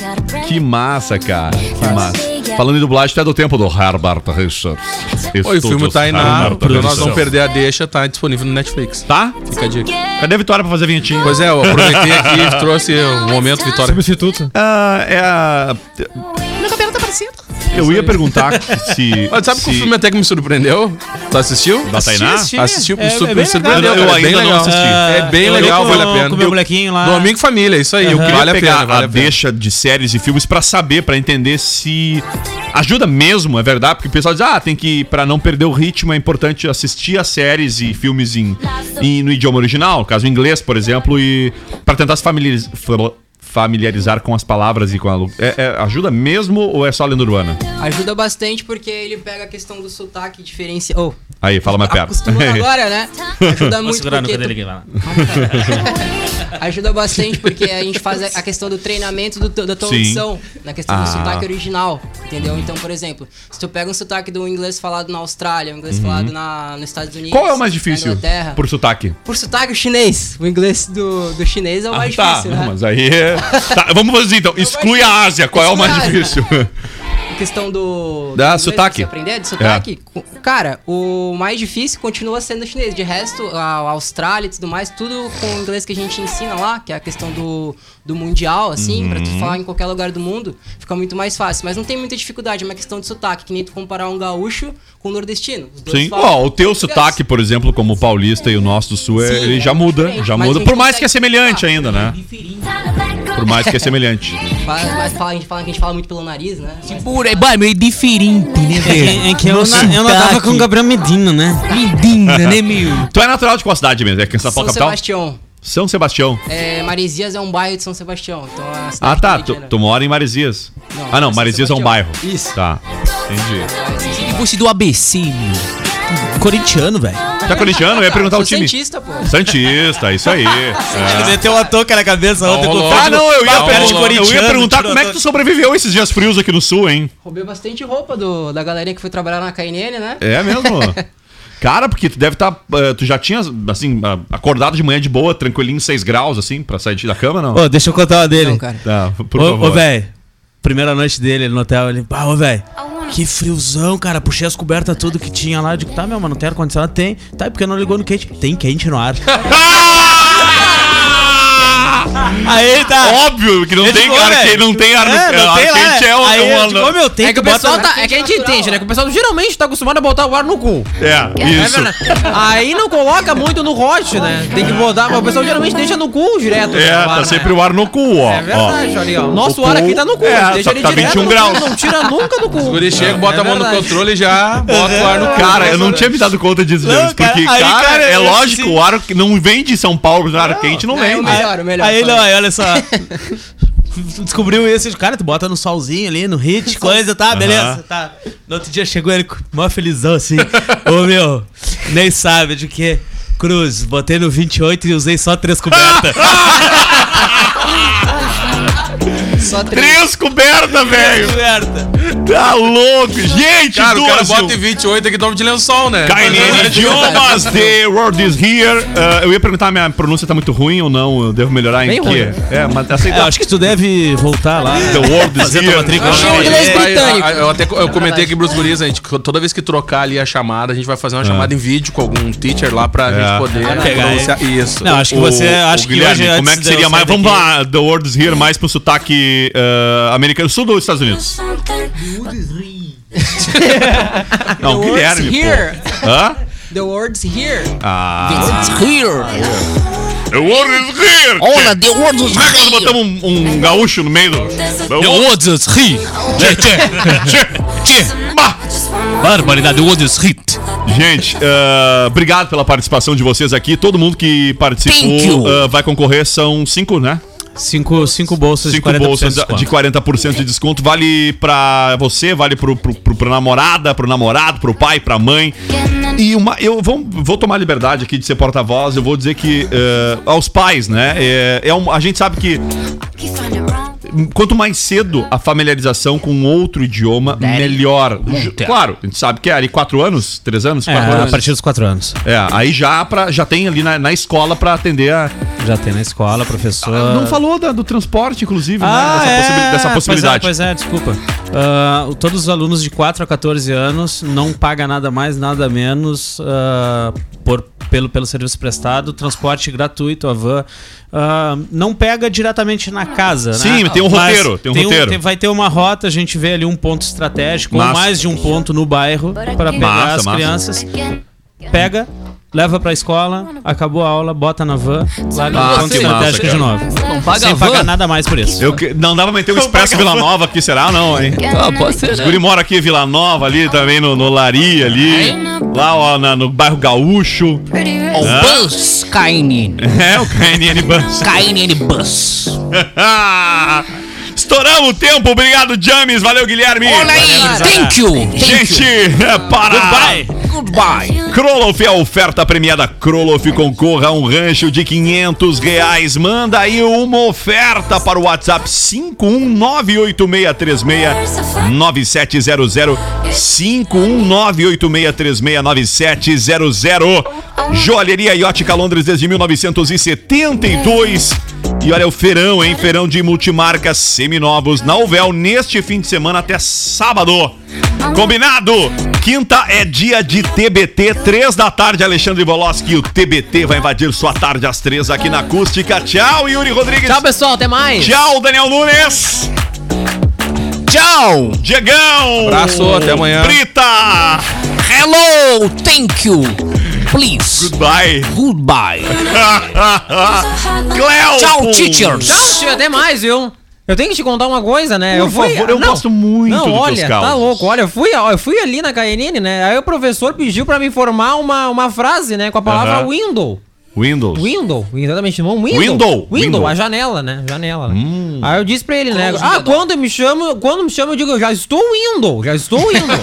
S1: Que massa, cara. Que massa. Falando em dublagem, até do tempo do Herbert Richards.
S5: Oi, o filme tá aí na.
S1: Herbert
S5: Pra nós não
S1: Richards.
S5: perder a deixa, tá disponível no Netflix.
S1: Tá?
S5: Fica a dica.
S1: Cadê a Vitória pra fazer vinhetinha?
S5: Pois é, eu aproveitei aqui e trouxe o momento Vitória.
S3: Substituto.
S1: Ah, é a.
S3: Meu cabelo tá parecido.
S1: Eu ia perguntar se.
S5: Mas sabe
S1: se...
S5: que o filme até que me surpreendeu? Tu assistiu?
S1: Da Tainá?
S5: Assisti, assisti.
S1: É-
S5: Assisti,
S1: é
S5: me
S1: bem
S5: surpreendeu.
S1: legal.
S5: cara,
S1: Eu
S5: é bem
S1: ainda não
S5: legal.
S1: assisti.
S5: É bem
S3: Eu vi
S5: legal,
S3: com-
S5: vale a pena.
S3: com o meu molequinho lá.
S5: Domingo e Família, é isso aí.
S1: Eu
S5: O que
S1: queria
S5: vale a
S1: pegar
S5: pena,
S1: a,
S5: vale a pena.
S1: deixa de séries e filmes pra saber, pra entender se ajuda mesmo, é verdade, porque o pessoal diz: "Ah, tem que pra não perder o ritmo é importante assistir as séries e filmes em, em- no idioma original, no caso em inglês, por exemplo, e pra tentar se familiarizar familiarizar com as palavras e com a lu- é- é- ajuda mesmo ou é só lenda urbana?
S2: Ajuda bastante porque ele pega a questão do sotaque diferencial. Oh,
S1: Aí, fala mais perto. *laughs*
S2: acostumando agora, né? Ajuda muito porque tu- Ajuda bastante porque a gente faz a- a questão do treinamento do teu- da tua
S1: Sim.
S2: audição, na questão
S1: Ah.
S2: do sotaque é original, entendeu? Então, por exemplo, se tu pega um sotaque do inglês falado na Austrália, um inglês
S1: Uhum.
S2: falado na, nos Estados Unidos,
S1: Qual é o mais
S2: na
S1: difícil?
S2: Inglaterra, por...
S1: Por sotaque.
S2: sotaque o chinês, o inglês do, do chinês é o mais
S1: tá,
S2: difícil,
S1: não,
S2: né?
S1: mas aí. é- Tá, vamos fazer então. Exclui a Ásia. Qual é o
S2: Exclui
S1: mais
S2: a Ásia.
S1: difícil?
S2: A questão do, do
S1: Da
S2: inglês,
S1: sotaque. É.
S2: você aprender de sotaque, co- cara, o mais difícil continua sendo o chinês. De resto, a a Austrália e tudo mais, tudo com o inglês que a gente ensina lá, que é a questão do, do mundial, assim, pra tu
S19: Uhum.
S2: falar em qualquer lugar do mundo, fica muito mais fácil. Mas não tem muita dificuldade, é uma questão de sotaque, que nem tu comparar um gaúcho com um nordestino. Os dois
S1: Sim.
S2: falam
S1: Ó, o teu
S2: português.
S1: sotaque, por exemplo, como o paulista e o nosso do sul, é- ele já muda. Já
S2: mas
S1: muda.
S2: a gente
S1: Por mais
S2: consegue
S1: que é semelhante ainda, né? Por mais que é semelhante.
S2: Mas, mas fala, a gente fala que a gente fala muito pelo nariz, né? Mas-
S20: Pura, é, bah, é meio diferente, né, velho?
S3: É que eu,
S20: No
S3: na, eu nadava
S20: sotaque.
S3: com o Gabriel Medina, né?
S20: Medina, né, meu?
S1: Tu é natural de qual cidade mesmo? É São
S2: São
S1: Paulo capital?
S2: Sebastião.
S1: São Sebastião.
S2: É, Maresias é um bairro de São Sebastião. Então é uma
S1: Ah,
S2: cidade
S1: tá.
S2: pequena.
S1: Tu, tu mora em Maresias.
S2: Não,
S1: Ah, não.
S2: São
S1: Maresias é um
S2: Sebastião.
S1: bairro.
S2: Isso.
S1: Tá. Entendi.
S20: E você do ABC, meu? Corintiano, velho.
S1: Tá corintiano? Eu ia perguntar
S20: Sou
S1: o time.
S20: santista, pô.
S1: Santista, isso
S2: *laughs*
S1: aí. É.
S3: Meteu uma touca na cabeça ontem
S1: Rolou.
S3: com
S1: Ah, não, eu ia,
S3: com perna de
S1: perguntar- eu ia
S3: corintiano,
S1: perguntar
S3: tirou
S1: como é
S3: a
S1: que tu
S3: touca.
S1: sobreviveu esses dias frios aqui no sul, hein?
S2: Roubei bastante roupa do, da galerinha que foi trabalhar na KNN, né?
S1: É
S2: *laughs*
S1: mesmo? Cara, porque tu deve estar. tu já tinha, assim, ah, acordado de manhã de boa, tranquilinho, 6 graus, assim, pra sair da cama, não?
S3: Ô, deixa eu contar uma dele.
S2: Não, cara.
S1: Tá, por
S3: Ô,
S1: favor.
S3: Ô, velho. Primeira noite dele no hotel, ele. Ah, ô, velho. Que friozão, cara. Puxei as cobertas tudo que tinha lá. Digo, tá, meu mano, tem ar-condicionado? Tem. Tá, e porque não ligou no quente? Tem quente
S1: *laughs*
S3: no ar. Aí tá.
S1: *laughs* Óbvio que não
S3: Eu
S1: tem,
S3: digo,
S1: cara,
S3: "Ô,
S1: que
S3: velho,
S1: não tem ar-
S3: é, não
S1: ar
S3: tem lá,
S1: quente
S3: né?
S1: é o-
S3: Aí
S1: é
S3: eu
S1: uma-
S3: digo, "Ô, meu, tem
S20: É que o
S3: bota-
S20: pessoal tá. É que a gente entende, né? Que o pessoal geralmente tá acostumado a botar o ar no cu.
S1: É, isso.
S20: verdade.
S3: *laughs*
S20: Aí não coloca muito no hot, né? Tem que botar. mas O pessoal geralmente deixa no cu direto.
S1: É,
S20: né, o
S1: tá
S20: ar, né?
S1: sempre o ar no cu, ó.
S20: É verdade,
S1: ó.
S20: olha aí, ó.
S1: O
S20: Nosso ar aqui tá no cu,
S1: É,
S20: a gente deixa
S1: tá,
S20: ele
S1: tá
S20: direto
S1: 21
S20: no cu,
S1: graus.
S20: Não tira nunca do cu.
S5: Os guri chegam, bota a mão no controle e já bota o ar no cu.
S1: É Cara, eu não tinha me dado conta disso, James,
S5: cara,
S1: porque,
S5: aí,
S1: cara,
S5: cara,
S1: é
S5: eu- assim-
S1: lógico,
S5: sim.
S1: o ar que não vem de São Paulo, o ar quente não,
S3: Não,
S1: vem.
S3: é o
S1: né?
S3: melhor, o melhor, Aí, não, aí, olha só. *laughs* Descobriu esse, cara, tu bota no solzinho ali, no hit, coisa, tá,
S1: Aham.
S3: beleza, tá. No outro dia chegou ele com- mó felizão assim, *laughs* ô meu, nem sabe de que, Cruz, botei no
S1: *laughs*
S3: 28 e usei só três cobertas.
S18: só três.
S1: Três cobertas, velho. Tá louco. Gente,
S5: Cara, o cara
S1: Dúzio.
S5: bota em 28 aqui, toma de lençol, né?
S1: KNN Idiomas, The World is Here. Ah, eu ia perguntar, minha pronúncia tá muito ruim ou não? Eu devo melhorar em
S16: Bem
S1: quê?
S16: ruim.
S1: É, mas aceita.
S16: É, acho que tu deve voltar lá.
S3: né?
S1: The World is
S16: Fazer tua
S1: Here.
S16: matrícula.
S1: Não, não,
S5: Ele vai-
S16: britânico. É
S5: a- Eu até eu comentei aqui pros guris, a gente, toda vez que trocar ali a chamada, a gente vai
S1: É.
S5: fazer uma chamada em vídeo com algum teacher lá pra gente poder
S16: Ah, pegar
S5: pronunciar
S16: ele.
S5: isso.
S16: Não, acho que
S1: O-
S16: você-
S1: o
S16: acho que
S1: Guilherme,
S16: hoje,
S1: como é
S16: antes
S1: que
S16: de eu
S1: seria
S16: sair
S1: mais? Vamos
S16: daqui-
S1: lá, The World is Here, mais pro sotaque ah, americano, sul dos Estados Unidos. Não,
S18: The world's
S1: Guilherme. pô.
S18: here.
S1: Hã?
S18: The world's here.
S1: Ah.
S18: here.
S1: The World is Here.
S18: Olha, The World is
S1: Como é que nós
S18: Here.
S1: botamos um, um gaúcho no meio do. The
S15: World is Here. Tchê, tchê, tchê, tchê.
S1: Bah.
S15: Barbaridade, The World is Hit.
S1: Gente, ah, obrigado pela participação de vocês aqui. Todo mundo que
S16: Thank you.
S1: participou ah, vai concorrer, são cinco, né?
S16: Cinco, cinco bolsas
S1: Cinco
S16: de 40%
S1: bolsas
S16: de
S1: da-
S16: desconto.
S1: de 40% de desconto. Vale pra você, vale pro, pro, pro, pro namorada, pro namorado, pro pai, pra mãe. E uma. Eu vou, vou tomar liberdade aqui de ser porta-voz. Eu vou dizer que. eh, aos pais, né? É, é um- a gente sabe que. Quanto mais cedo a familiarização com outro idioma, melhor. Ju- Claro, a gente sabe que é ali quatro anos, três anos,
S16: É,
S1: quatro
S16: a
S1: anos.
S16: partir dos quatro anos.
S1: É, aí já, pra, já tem ali na, na escola pra atender a.
S16: Já tem na escola, professor.
S1: Ah, Não falou da- do transporte, inclusive, né? Dessa,
S16: Ah. é,
S1: possibi- dessa possibilidade.
S16: Pois é, pois é desculpa. Ah, o- todos os alunos de 4 a 14 anos não paga nada mais, nada menos ah, por, pelo, pelo serviço prestado, transporte gratuito, a van. Ah, não pega diretamente na casa, né?
S1: Sim, tem um
S16: Mas
S1: roteiro, tem um roteiro.
S16: vai ter uma rota, a gente vê ali um ponto estratégico,
S1: Massa.
S16: ou mais de um ponto no bairro, para pegar
S1: Massa,
S16: as
S1: massa.
S16: crianças. Pega, leva pra escola, acabou a aula, bota na van, lá no
S1: Ah,
S16: ponto
S1: que massa,
S16: estratégico de
S1: cara.
S16: novo.
S4: Não paga
S16: Sem
S4: a
S16: pagar
S4: van?
S16: nada mais por isso.
S1: Eu que- não dava pra meter o Expresso Vila Nova aqui, será não, hein?
S4: Ah, pode ser,
S1: Os
S4: né?
S1: guri moram aqui em Vila Nova ali também, no, no Laria ali. Lá, ó, na- no bairro Gaúcho. *laughs*
S15: O
S1: Hã?
S15: Bus KNN. *laughs*
S1: É, o KNN Bus.
S15: KNN Bus.
S1: Estouramos o tempo, obrigado, James. Valeu, Guilherme.
S15: Olha aí,
S1: Valeu,
S15: thank you, thank
S1: Gente, *laughs* é para.
S15: Goodbye. Goodbye.
S1: Kroloff é a oferta premiada. Kroloff concorra a um rancho de 500 reais. Manda aí uma oferta para o WhatsApp 51986369700. 51986369700. Joalheria e ótica Londres desde 1972. E olha o feirão, hein? Feirão de multimarcas seminovos na Uvel neste fim de semana até sábado. Combinado? Quinta é dia de TBT, três da tarde, Alexandre Boloski. O TBT vai invadir sua tarde às três aqui na Acústica. Tchau, Yuri Rodrigues.
S3: Tchau, pessoal. Até mais.
S1: Tchau, Daniel Nunes.
S15: Tchau.
S1: Diegão.
S5: Abraço, até amanhã.
S1: Brita.
S15: Hello, thank you. Please.
S1: Goodbye.
S15: Goodbye.
S1: *laughs* Cleo.
S15: Tchau, teachers.
S3: Tchau, tio. Até mais, viu? Eu tenho que te contar uma coisa, né?
S1: Por
S3: eu fui,
S1: favor, eu gosto muito
S3: Não,
S1: dos teus
S3: olha, tá
S1: causos.
S3: louco. Olha, eu fui, eu fui ali na KNN, né? Aí o professor pediu pra me formar uma, uma frase, né? Com a palavra
S1: Aham.
S3: window.
S1: Windows.
S3: Window, exatamente, não, window.
S1: Window,
S3: Window,
S1: window. Hum.
S3: a janela, né? Janela. né? Aí eu disse pra ele, né? Ah, quando eu me chamo, quando me chamo, eu digo, eu já estou window, já estou
S1: *laughs*
S3: window.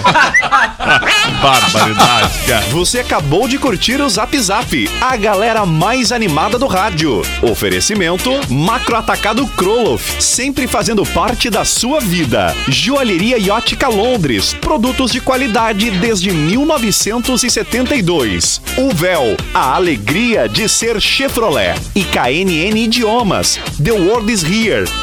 S1: Barbaridade, cara.
S21: Você acabou de curtir o Zap Zap, a galera mais animada do rádio. Oferecimento Macro Atacado Kroloff, sempre fazendo parte da sua vida. Joalheria e ótica Londres, produtos de qualidade desde 1972. Uvel, a alegria de ser Chevrolet. E KNN Idiomas, The World is Here.